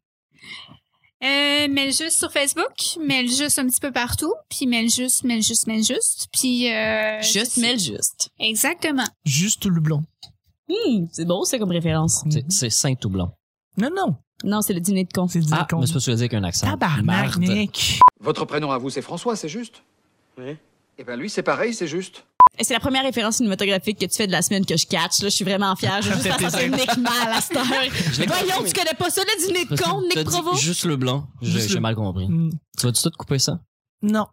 Speaker 5: Euh, mêle juste sur Facebook, mêle juste un petit peu partout, puis mêle juste, mêle juste, mêle juste, puis... Euh,
Speaker 4: Juste, mais le juste.
Speaker 5: Exactement.
Speaker 2: Juste le blond.
Speaker 4: Hum, c'est beau, ça, comme référence.
Speaker 3: C'est- C'est Saint-Toublon.
Speaker 2: Non, non.
Speaker 4: Non, c'est le dîner de con.
Speaker 2: C'est dit
Speaker 3: Ah, mais c'est pas sûr dire qu'un accent.
Speaker 2: Tabarnak,
Speaker 3: Marde.
Speaker 2: Nick.
Speaker 7: Votre prénom à vous, c'est François, c'est juste
Speaker 8: Oui.
Speaker 7: Eh bien, lui, c'est pareil, c'est juste.
Speaker 4: Et C'est la première référence cinématographique que tu fais de la semaine que je catch, là. Je suis vraiment fière. Je veux juste
Speaker 2: Ça fait
Speaker 4: faire sentir Nick mal à cette heure.
Speaker 3: Je l'ai
Speaker 4: Voyons,
Speaker 3: compris,
Speaker 4: tu connais pas ça, le dîner de
Speaker 3: Parce que
Speaker 4: con,
Speaker 3: t'as
Speaker 4: Nick
Speaker 3: dit
Speaker 4: Provo?
Speaker 3: Juste le blanc. J'ai
Speaker 2: Juste
Speaker 3: j'ai
Speaker 2: le-
Speaker 3: mal compris.
Speaker 2: Mm.
Speaker 3: Tu vas-tu tout couper ça?
Speaker 2: Non.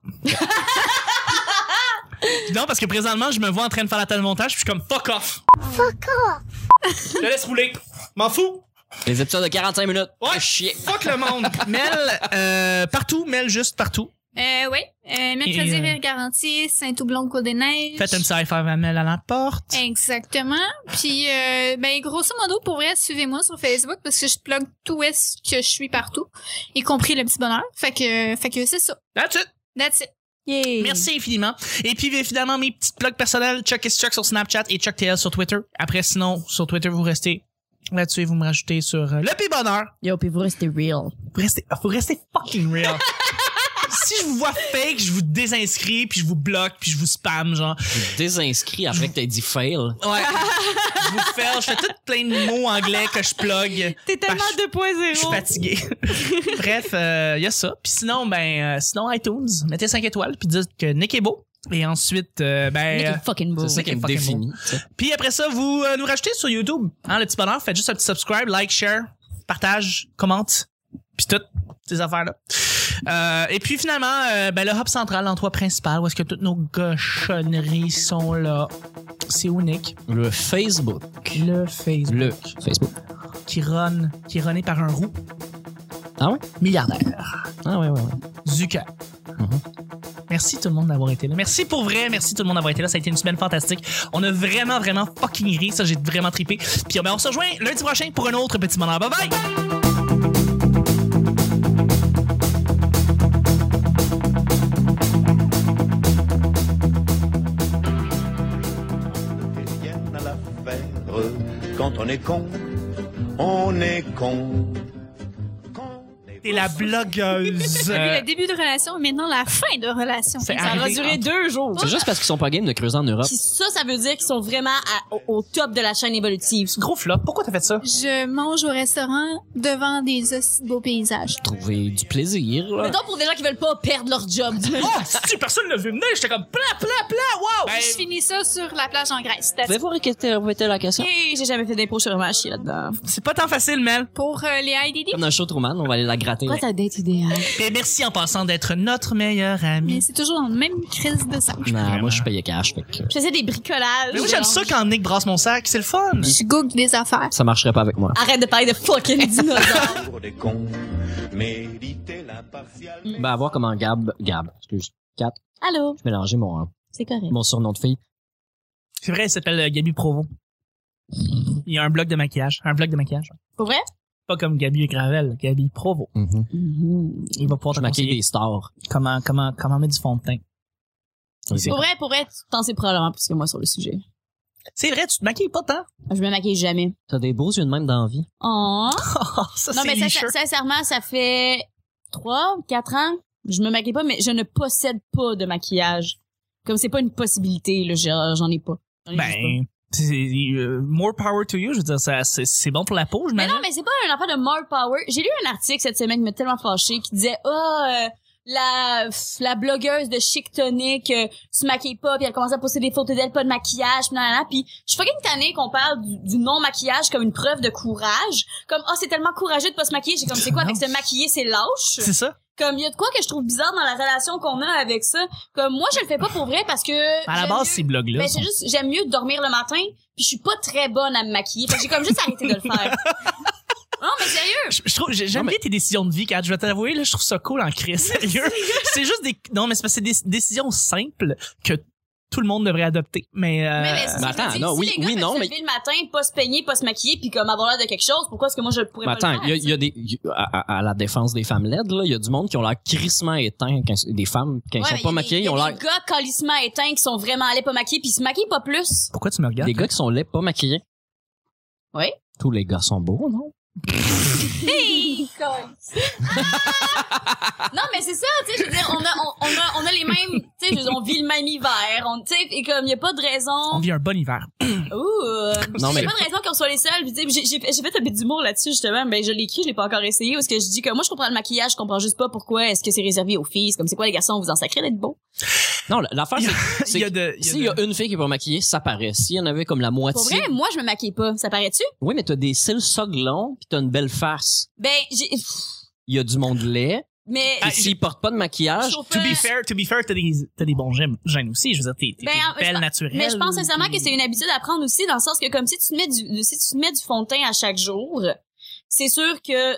Speaker 2: non, parce que présentement, je me vois en train de faire la table de montage, puis je suis comme fuck off. Fuck off. Je te laisse rouler. M'en fous.
Speaker 3: Les épisodes de 45 minutes.
Speaker 2: Ouais.
Speaker 3: Ah, chier.
Speaker 2: Fuck le monde. Mel, euh, partout, Mel, juste partout.
Speaker 5: Euh, oui. Euh, mercredi,
Speaker 2: Et, euh,
Speaker 5: Rire Garanti, Saint-Toublon, Côte des Neiges.
Speaker 2: Faites un petit high five à Mel à la porte.
Speaker 5: Exactement. Puis, euh, ben, grosso modo, pour vrai, suivez-moi sur Facebook parce que je plug tout est-ce que je suis partout, y compris le petit bonheur. Fait que, fait que c'est ça.
Speaker 2: That's it.
Speaker 5: That's it.
Speaker 2: Merci infiniment. Et puis, évidemment, mes petites plugs personnels, Chuck is Chuck sur Snapchat et Chuck TL sur Twitter. Après, sinon, sur Twitter, vous restez Là-dessus, vous me rajoutez sur euh, le P bonheur.
Speaker 8: Yo, puis vous restez real.
Speaker 2: Vous restez, vous restez fucking real. si je vous vois fake, je vous désinscris, puis je vous bloque, puis je vous spam, genre.
Speaker 3: Je désinscris après que t'aies dit fail.
Speaker 2: Ouais. je vous fais, je fais tout plein de mots anglais que je plug.
Speaker 4: T'es tellement oh.
Speaker 2: Bah,
Speaker 4: 2.0.
Speaker 2: Je suis fatigué. Bref, il y a ça. Puis sinon, ben, euh, sinon iTunes, mettez 5 étoiles puis dites que Nick est beau. Et ensuite, euh,
Speaker 8: Nick
Speaker 2: ben, euh,
Speaker 8: est fucking beau.
Speaker 3: C'est ça qui me
Speaker 2: fucking
Speaker 3: définit. tu sais.
Speaker 2: puis après ça, vous euh, nous rajoutez sur YouTube, hein, le petit bonheur. Faites juste un petit subscribe, like, share, partage, commente, puis toutes ces affaires-là. Euh, et puis finalement, euh, ben, le hub central, l'endroit principal, où est-ce que toutes nos cochonneries sont là. C'est où, Nick?
Speaker 3: Le Facebook.
Speaker 2: Le Facebook.
Speaker 3: Le Facebook.
Speaker 2: Qui run, qui est runné par un roux.
Speaker 3: Ah ouais?
Speaker 2: Milliardaire.
Speaker 3: Ah ouais, ouais, ouais.
Speaker 2: Zucker.
Speaker 3: Mhm.
Speaker 2: Merci tout le monde d'avoir été là. Merci pour vrai. Merci tout le monde d'avoir été là. Ça a été une semaine fantastique. On a vraiment, vraiment fucking ri. Ça, j'ai vraiment trippé. Puis ben, on se rejoint lundi prochain pour un autre petit bonheur. Bye bye!
Speaker 9: fait rien à l'affaire. Quand on est con, on est con. Quand on est
Speaker 2: T'es la blogueuse.
Speaker 5: le début de relation et maintenant la fin de relation.
Speaker 2: Euh, C'est
Speaker 4: Ça va
Speaker 2: arrivé.
Speaker 4: durer deux jours.
Speaker 3: C'est juste parce qu'ils sont pas game de creuser en Europe.
Speaker 4: Puis ça, ça veut dire qu'ils sont vraiment à- au, au top de la chaîne évolutive.
Speaker 2: Gros flop. Pourquoi t'as fait ça?
Speaker 5: Je mange au restaurant devant des aussi beaux paysages.
Speaker 3: Trouver du plaisir, là.
Speaker 4: Mettons pour des gens qui veulent pas perdre leur job.
Speaker 2: Oh, si personne ne vu venir, j'étais comme pla, pla, pla, wow!
Speaker 5: Oh, je finis ça sur la plage en Grèce.
Speaker 3: Vous pouvez voir quelle où était la question?
Speaker 4: Hey, J'ai jamais fait d'impôt sur un chier là-dedans.
Speaker 2: c'est pas tant facile, Mel.
Speaker 5: Pour euh, les IDD,
Speaker 3: Comme dans le show Truman, on va aller la gratter.
Speaker 6: Quoi ta date idéale?
Speaker 2: Et Ben, merci en passant d'être notre meilleur
Speaker 5: mais
Speaker 2: ami.
Speaker 5: c'est toujours dans la même crise de sang.
Speaker 3: Non, moi, je payais cash, fait que
Speaker 4: Je faisais des bricolages.
Speaker 2: Mais moi, j'aime ça quand Nick brasse mon sac. C'est le fun.
Speaker 5: Je gogue des affaires.
Speaker 3: ça marcherait pas avec moi.
Speaker 4: Arrête de parler de fucking dinosaures.
Speaker 9: pour des cons, méritez l'impartial.
Speaker 3: Ben, à voir comment Gab, Gab, excuse,
Speaker 4: Allô?
Speaker 3: je mélangeais mon, hein,
Speaker 4: C'est correct.
Speaker 3: mon surnom de fille.
Speaker 2: C'est vrai, il s'appelle euh, Gabi Provo. Il y a un bloc de maquillage. Un bloc de maquillage.
Speaker 4: Pour vrai?
Speaker 2: Pas comme Gabi Gravel, Gabi Provo.
Speaker 3: Mhm.
Speaker 2: Il va pouvoir
Speaker 3: Je
Speaker 2: te
Speaker 3: maquille
Speaker 2: conseiller
Speaker 3: des stars.
Speaker 2: comment, comment, comment mettre du fond de teint.
Speaker 3: Vas-y.
Speaker 4: Pour vrai, pour vrai, tu t'en sais probablement plus que moi sur le sujet.
Speaker 2: C'est vrai, tu te maquilles pas tant.
Speaker 4: Je me maquille jamais.
Speaker 3: T'as des beaux yeux de même d'envie.
Speaker 4: Oh.
Speaker 2: Ah, ça,
Speaker 4: Non,
Speaker 2: c'est
Speaker 4: mais
Speaker 2: licheux.
Speaker 4: sin- sincèrement, ça fait trois, quatre ans. Je me maquille pas, mais je ne possède pas de maquillage. Comme c'est pas une possibilité, là, je- j'en ai pas. J'en ai juste pas.
Speaker 2: Ben, c'est- euh, more power to you. Je veux dire, ça, c'est, c'est bon pour la peau, je
Speaker 4: Mais non,
Speaker 2: m'imagine.
Speaker 4: mais c'est pas un enfant de more power. J'ai lu un article cette semaine qui m'a tellement fâché qui disait ah euh, la pff, la blogueuse de chic tonic euh, se maquille pas puis elle commence à poster des photos d'elle pas de maquillage puis nan, nan, nan. puis je suis fucking tannée qu'on parle du, non maquillage comme une preuve de courage comme ah c'est tellement courageux de pas se maquiller j'ai comme c'est quoi avec se maquiller c'est lâche
Speaker 2: C'est ça.
Speaker 4: comme il y a de quoi que je trouve bizarre dans la relation qu'on a avec ça comme moi je le fais pas pour vrai parce que
Speaker 2: À la
Speaker 4: j'aime
Speaker 2: base,
Speaker 4: mieux-
Speaker 2: ces blogs-là.
Speaker 4: ben, c'est juste, j'aime mieux dormir le matin, puis je suis pas très bonne à me maquiller. Fait que j'ai comme juste arrêté de le faire. Non, mais sérieux!
Speaker 2: Je, je trouve, j'ai- j'aime
Speaker 3: Non, mais-
Speaker 2: bien tes décisions de vie, Kat. Je vais t'avouer, là, je trouve ça cool en crise. Sérieux. c'est juste des, non, mais c'est parce que c'est des décisions simples que tout le monde devrait adopter. Mais, euh,
Speaker 4: Mais, mais c'est-
Speaker 3: mais
Speaker 4: je me
Speaker 3: attends,
Speaker 4: dis,
Speaker 3: non,
Speaker 4: si
Speaker 3: oui-
Speaker 4: les gars
Speaker 3: oui,
Speaker 4: peuvent
Speaker 3: non,
Speaker 4: se
Speaker 3: mais-
Speaker 4: lever le matin, pas se peigner, pas se maquiller, puis comme avoir l'air de quelque chose, pourquoi est-ce que moi je pourrais
Speaker 3: Mais
Speaker 4: pas
Speaker 3: attends, il
Speaker 4: le
Speaker 3: y a,
Speaker 4: faire?
Speaker 3: il y a des, il y a- à, à- à la défense des femmes laides, là, il y a du monde qui ont l'air crissement éteint, quand, des femmes, quand
Speaker 4: Ouais,
Speaker 3: ils
Speaker 4: mais
Speaker 3: sont pas maquillées, ils ont
Speaker 4: Il y a
Speaker 3: l'air,
Speaker 4: des gars calissement éteints qui sont vraiment allés pas maquillés, puis ils se maquillent pas plus.
Speaker 2: pourquoi tu me regardes?
Speaker 3: des gars qui sont laids, pas maquillés.
Speaker 4: Oui.
Speaker 3: Tous les gars sont beaux, non?
Speaker 4: Non, mais c'est ça, tu sais, je veux dire, on a, on, on a, on a les mêmes, tu sais, je veux dire, on vit le même hiver, on, tu sais, et comme, il y a pas de
Speaker 2: On
Speaker 4: raison.
Speaker 2: vit un bon hiver.
Speaker 4: Ouh!
Speaker 3: Non,
Speaker 4: Il y
Speaker 3: mais-
Speaker 4: a pas de raison qu'on soit les seuls. Puis, tu sais, J'ai j'ai fait j'ai fait un bit d'humour là-dessus, justement. Ben, je l'ai écrit, je l'ai pas encore essayé, parce que je dis que moi, je comprends le maquillage, je comprends juste pas pourquoi est-ce que c'est réservé aux filles. C'est comme, c'est quoi, les garçons, vous en sacrez d'être beaux?
Speaker 3: Non, la- l'affaire, c'est,
Speaker 2: Il y a
Speaker 3: c'est
Speaker 2: de, il y a
Speaker 3: s'il y
Speaker 2: de-
Speaker 3: a une fille qui est pas maquillée, ça paraît. S'il y en avait comme la
Speaker 4: Pour
Speaker 3: moitié.
Speaker 4: vrai, moi, je me maquille pas. Ça paraît-tu?
Speaker 3: Oui, mais t'as des cils soglons pis t'as une belle face.
Speaker 4: Ben, j'ai, pff,
Speaker 3: Il y a du monde laid.
Speaker 4: mais,
Speaker 3: Et s'ils portent pas de maquillage,
Speaker 4: je trouve
Speaker 2: To
Speaker 4: pas-
Speaker 2: be fair, to be fair, t'as des, t'as des bons gènes, gènes aussi. Je veux dire, t'es, t'es,
Speaker 4: Ben,
Speaker 2: t'es
Speaker 4: je
Speaker 2: belle
Speaker 4: pense-
Speaker 2: naturelle.
Speaker 4: mais je pense sincèrement que c'est une habitude à prendre aussi, dans le sens que comme si tu te mets du, si tu te mets du fond de teint à chaque jour, c'est sûr que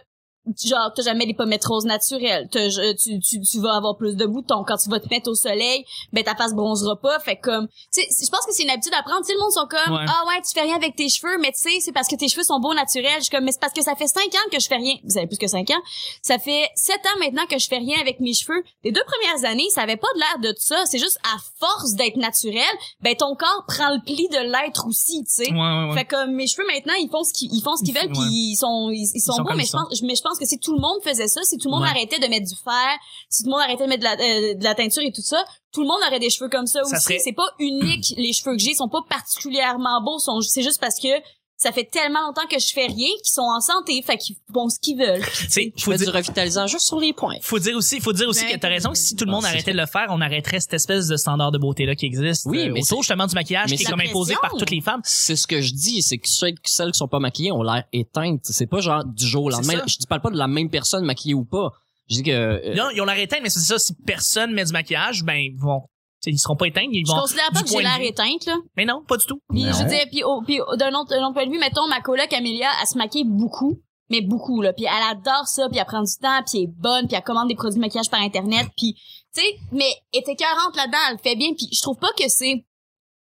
Speaker 4: genre t'as jamais les pommettes roses naturelles T'as- je- tu, tu tu vas avoir plus de boutons quand tu vas te mettre au soleil ben ta face bronzera pas fait comme tu sais je pense que c'est une habitude à prendre tu sais le monde sont comme
Speaker 2: Ouais.
Speaker 4: ah ouais tu fais rien avec tes cheveux mais tu sais c'est parce que tes cheveux sont beaux naturels je suis comme mais c'est parce que ça fait cinq ans que je fais rien vous savez plus que cinq ans ça fait sept ans maintenant que je fais rien avec mes cheveux les deux premières années ça avait pas de l'air de ça c'est juste à force d'être naturel ben ton corps prend le pli de l'être aussi tu sais
Speaker 2: Ouais, ouais, ouais.
Speaker 4: fait comme mes cheveux maintenant, ils font ce qu'ils ils font ce qu'ils veulent puis
Speaker 2: Ouais.
Speaker 4: ils sont ils, ils sont,
Speaker 2: sont
Speaker 4: beaux
Speaker 2: comme
Speaker 4: mais
Speaker 2: ils
Speaker 4: je pense mais je pense que si tout le monde faisait ça, si tout le monde
Speaker 2: Ouais.
Speaker 4: arrêtait de mettre du fer, si tout le monde arrêtait de mettre de la, euh, de la teinture et tout ça, tout le monde aurait des cheveux comme ça,
Speaker 2: Ça
Speaker 4: aussi.
Speaker 2: serait-
Speaker 4: C'est pas unique les cheveux que j'ai, ils sont pas particulièrement beaux, sont c'est juste parce que ça fait tellement longtemps que je fais rien qu'ils sont en santé, fait qu'ils font ce qu'ils veulent.
Speaker 2: Tu sais,
Speaker 3: Je
Speaker 2: faut
Speaker 3: fais
Speaker 2: dire-
Speaker 3: du revitalisant juste sur les points.
Speaker 2: faut dire aussi, faut dire aussi
Speaker 5: Ben,
Speaker 2: que t'as raison que si tout le monde
Speaker 3: ben,
Speaker 2: arrêtait de le faire, on arrêterait cette espèce de standard de beauté là qui existe.
Speaker 3: Oui,
Speaker 2: euh, autour
Speaker 3: mais c'est-
Speaker 2: justement du maquillage
Speaker 3: mais
Speaker 2: qui est
Speaker 4: c'est-
Speaker 2: comme imposé
Speaker 4: La
Speaker 2: par
Speaker 4: pression.
Speaker 2: toutes les femmes.
Speaker 3: C'est ce que je dis, c'est que celles, celles qui sont pas maquillées ont l'air éteintes. C'est pas genre du jour au
Speaker 2: C'est
Speaker 3: lendemain.
Speaker 2: ça.
Speaker 3: Je dis parle pas de la même personne maquillée ou pas. Je dis que euh,
Speaker 2: Non, ils ont l'air éteint, mais c'est ça. Si personne met du maquillage, ben ils vont, tu sais, ils seront pas éteints, ils
Speaker 4: Je
Speaker 2: vont.
Speaker 4: considère pas
Speaker 2: du
Speaker 4: que
Speaker 2: point de
Speaker 4: j'ai l'air
Speaker 2: vue.
Speaker 4: éteinte là.
Speaker 2: Mais non, pas du tout.
Speaker 4: Puis
Speaker 9: Non.
Speaker 4: je veux dire, puis, au- puis d'un autre, d'un autre point de vue, mettons ma coloc Amélia, elle se maquille beaucoup, mais beaucoup là. Puis elle adore ça, puis elle prend du temps, puis elle est bonne, puis elle commande des produits de maquillage par internet, puis tu sais, mais elle est écœurante là-dedans, elle le fait bien. Puis je trouve pas que c'est,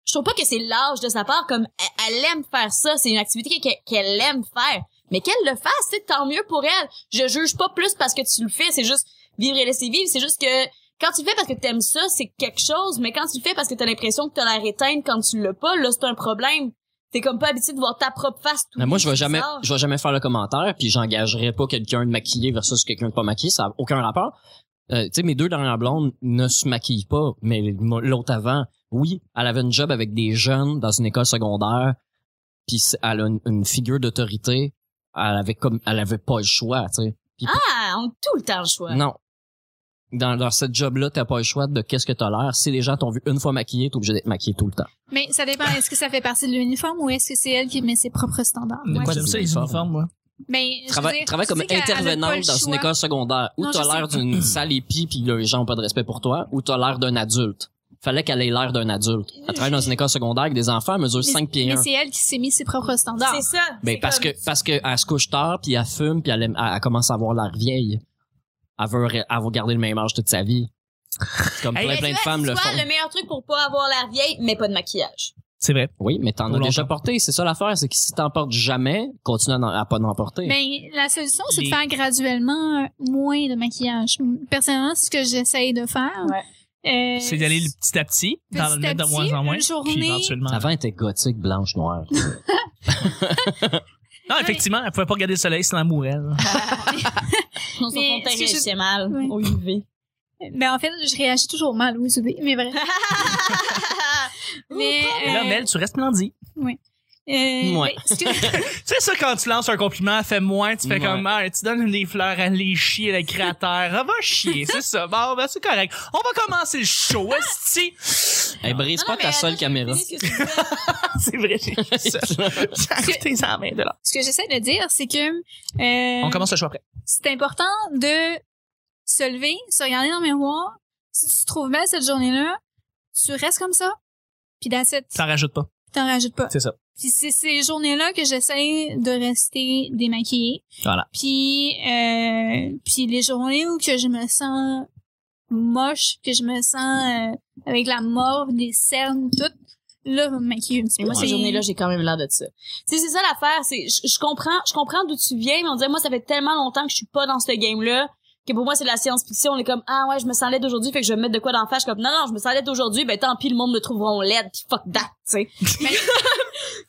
Speaker 4: je trouve pas que c'est l'âge de sa part. Comme elle, elle aime faire ça, c'est une activité qu'elle, qu'elle aime faire, mais qu'elle le fasse, c'est tant mieux pour elle. Je juge pas plus parce que tu le fais, c'est juste vivre et laisser vivre. C'est juste que quand tu le fais parce que t'aimes ça, c'est quelque chose, mais quand tu le fais parce que t'as l'impression que t'as l'air éteinte quand tu l'as pas, là, c'est un problème. T'es comme pas habitué de voir ta propre face tout
Speaker 3: Mais moi, je vais
Speaker 4: c'est
Speaker 3: jamais,
Speaker 4: bizarre.
Speaker 3: je vais jamais faire le commentaire, puis j'engagerai pas quelqu'un de maquillé versus quelqu'un de pas maquillé, ça a aucun rapport. Euh, tu sais, mes deux dernières blondes ne se maquillent pas, mais mo- l'autre avant, oui, elle avait une job avec des jeunes dans une école secondaire, puis c'est- elle a une, une figure d'autorité, elle avait comme, elle avait pas le choix, tu sais.
Speaker 4: Ah, on a tout le temps le choix.
Speaker 3: Non. Dans, dans cette job-là, t'as pas le choix de qu'est-ce que t'as l'air. Si les gens t'ont vu une fois maquillée, t'es obligé d'être maquillé tout le temps.
Speaker 5: Mais ça dépend, est-ce que ça fait partie de l'uniforme ou est-ce que c'est elle qui met ses propres standards?
Speaker 2: De
Speaker 3: Ouais.
Speaker 2: quoi j'aime ça les
Speaker 3: Uniforme.
Speaker 2: uniformes, moi.
Speaker 5: Mais, je veux
Speaker 3: Travaille,
Speaker 5: dire,
Speaker 3: travaille
Speaker 5: tu
Speaker 3: comme
Speaker 5: dis qu'elle- elle a pas le
Speaker 3: intervenante dans une
Speaker 5: choix.
Speaker 3: école secondaire où
Speaker 5: Non,
Speaker 3: t'as
Speaker 5: je
Speaker 3: l'air
Speaker 5: sais.
Speaker 3: d'une sale épie puis les gens ont pas de respect pour toi ou t'as l'air d'un adulte. Fallait qu'elle ait l'air d'un adulte. Elle travaille dans une école secondaire avec des enfants, elle mesure 5 pieds
Speaker 5: Mais
Speaker 3: 1.
Speaker 5: c'est elle qui s'est mis ses propres standards.
Speaker 4: C'est ça.
Speaker 3: Ben,
Speaker 4: c'est
Speaker 3: parce
Speaker 4: comme-
Speaker 3: que, parce que elle se couche tard puis elle fume puis elle, aime- elle- elle commence à avoir l'air vieille. Elle veut, re- elle veut garder le même âge toute sa vie. C'est Comme
Speaker 2: Hey,
Speaker 3: plein,
Speaker 4: Mais
Speaker 3: plein de
Speaker 4: tu vois,
Speaker 3: femmes le
Speaker 4: tu vois,
Speaker 3: font.
Speaker 4: le meilleur truc pour pas avoir l'air vieille, mais pas de maquillage.
Speaker 2: C'est vrai.
Speaker 3: Oui, mais t'en
Speaker 2: Pour
Speaker 3: as déjà
Speaker 2: longtemps.
Speaker 3: porté. C'est ça l'affaire, c'est que si t'en portes jamais, continue à, n'en- à pas n'en porter.
Speaker 5: Ben, la solution, c'est
Speaker 2: Les-
Speaker 5: de faire graduellement euh, moins de maquillage. Personnellement, c'est ce que j'essaye de faire. Euh,
Speaker 2: C'est d'aller le petit à petit,
Speaker 5: Petit
Speaker 2: dans le
Speaker 5: à
Speaker 2: mettre de
Speaker 5: petit,
Speaker 2: moins en moins,
Speaker 5: une
Speaker 2: puis
Speaker 5: journée.
Speaker 2: éventuellement.
Speaker 3: Avant, elle était gothique, blanche, noire.
Speaker 2: Non, effectivement, elle pouvait pas regarder le soleil, sinon elle mourait. là.
Speaker 4: Non, son
Speaker 5: Mais
Speaker 4: compteur,
Speaker 5: ce que
Speaker 4: il
Speaker 5: je-
Speaker 4: fait mal
Speaker 5: Oui.
Speaker 4: au UV.
Speaker 5: Ben, en fait, je réagis toujours mal aux UV, mais bref. mais,
Speaker 2: Et là,
Speaker 5: euh,
Speaker 2: Mel, tu restes blondie.
Speaker 5: euh,
Speaker 3: Ouais.
Speaker 5: ben, ce que-
Speaker 2: Tu sais ça, quand tu lances un compliment, elle fait moins, tu fais
Speaker 3: Ouais.
Speaker 2: comme, ah, tu donnes des fleurs à les chier, le créateur. Ah, va chier, c'est ça. Bon, ben, c'est correct. On va commencer le show, esti.
Speaker 3: Elle brise
Speaker 4: Non,
Speaker 3: pas
Speaker 4: non,
Speaker 3: ta
Speaker 4: mais euh,
Speaker 3: seule
Speaker 4: attends,
Speaker 3: caméra.
Speaker 4: je finis ce que je disais.
Speaker 2: C'est vrai, j'ai vu ça. J'ai arrêté ça en main de là.
Speaker 5: ce que j'essaie de dire, c'est que euh,
Speaker 2: On commence le show après.
Speaker 5: c'est important de se lever, se regarder dans le miroir. Si tu te trouves belle cette journée-là, tu restes comme ça, puis d'assiette,
Speaker 2: Ça rajoute pas.
Speaker 5: t'en rajoutes pas.
Speaker 2: C'est ça.
Speaker 5: Puis c'est ces journées-là que j'essaie de rester démaquillée.
Speaker 2: Voilà.
Speaker 5: Puis, euh, puis les journées où que je me sens moche, que je me sens euh, avec la mort, des cernes, tout, là, je vais me maquiller un petit
Speaker 4: Mais
Speaker 5: peu.
Speaker 4: moi, ces
Speaker 5: C'est-
Speaker 4: journées-là, j'ai quand même l'air de ça. Tu sais, c'est ça l'affaire. C'est, je, je comprends, je comprends d'où tu viens, mais on dirait, moi, ça fait tellement longtemps que je suis pas dans ce game-là, que pour moi, c'est de la science-fiction. On est comme, ah ouais, je me sens laide aujourd'hui, fait que je vais me mettre de quoi d'en face. Je suis comme, non, non, je me sens laide aujourd'hui, ben tant pis, le monde me trouveront laide, pis fuck that, tu sais.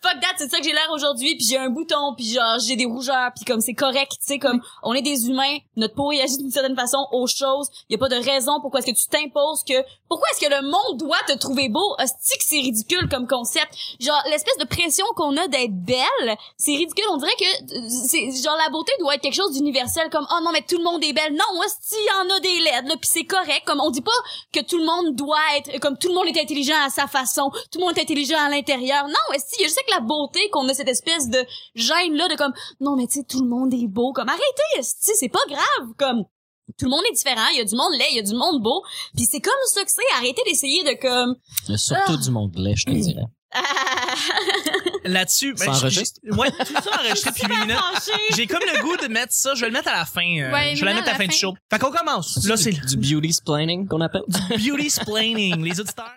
Speaker 4: fuck that, c'est ça que j'ai l'air aujourd'hui, puis j'ai un bouton, puis genre, j'ai des rougeurs, puis comme, c'est correct, tu sais, comme, on est des humains, notre peau réagit d'une certaine façon aux choses. Il y a pas de raison pourquoi est-ce que tu t'imposes que, pourquoi est-ce que le monde doit te trouver beau? Hostie que c'est ridicule comme concept genre l'espèce de pression qu'on a d'être belle, c'est ridicule. On dirait que euh, c'est genre la beauté doit être quelque chose d'universel comme oh non mais tout le monde est belle. Non, si il y en a des laides là puis c'est correct comme on dit pas que tout le monde doit être comme tout le monde est intelligent à sa façon, tout le monde est intelligent à l'intérieur. Non, est-ce qu'il y a juste que la beauté qu'on a cette espèce de gêne là de comme non mais tu sais tout le monde est beau comme arrêtez, esti, c'est pas grave comme tout le monde est différent, il y a du monde laid, il y a du monde beau, puis c'est comme ça que c'est, arrêtez d'essayer de comme
Speaker 3: Surtout du monde lait, je te dirais.
Speaker 4: Ah!
Speaker 2: là-dessus.
Speaker 3: Ça
Speaker 2: ben, j'ai-
Speaker 3: enregistre?
Speaker 2: j'ai- Ouais, tout ça enregistré depuis 8 minutes.
Speaker 4: Tranché.
Speaker 2: J'ai comme le goût de mettre ça. Je vais le mettre à la fin. euh,
Speaker 5: Ouais,
Speaker 2: je vais la
Speaker 5: mets-le
Speaker 2: mettre à la fin, du show. Fait qu'on commence. Là,
Speaker 3: Là,
Speaker 2: c'est
Speaker 3: du, du beauty splaining qu'on appelle.
Speaker 2: beauty splaining, les auditeurs.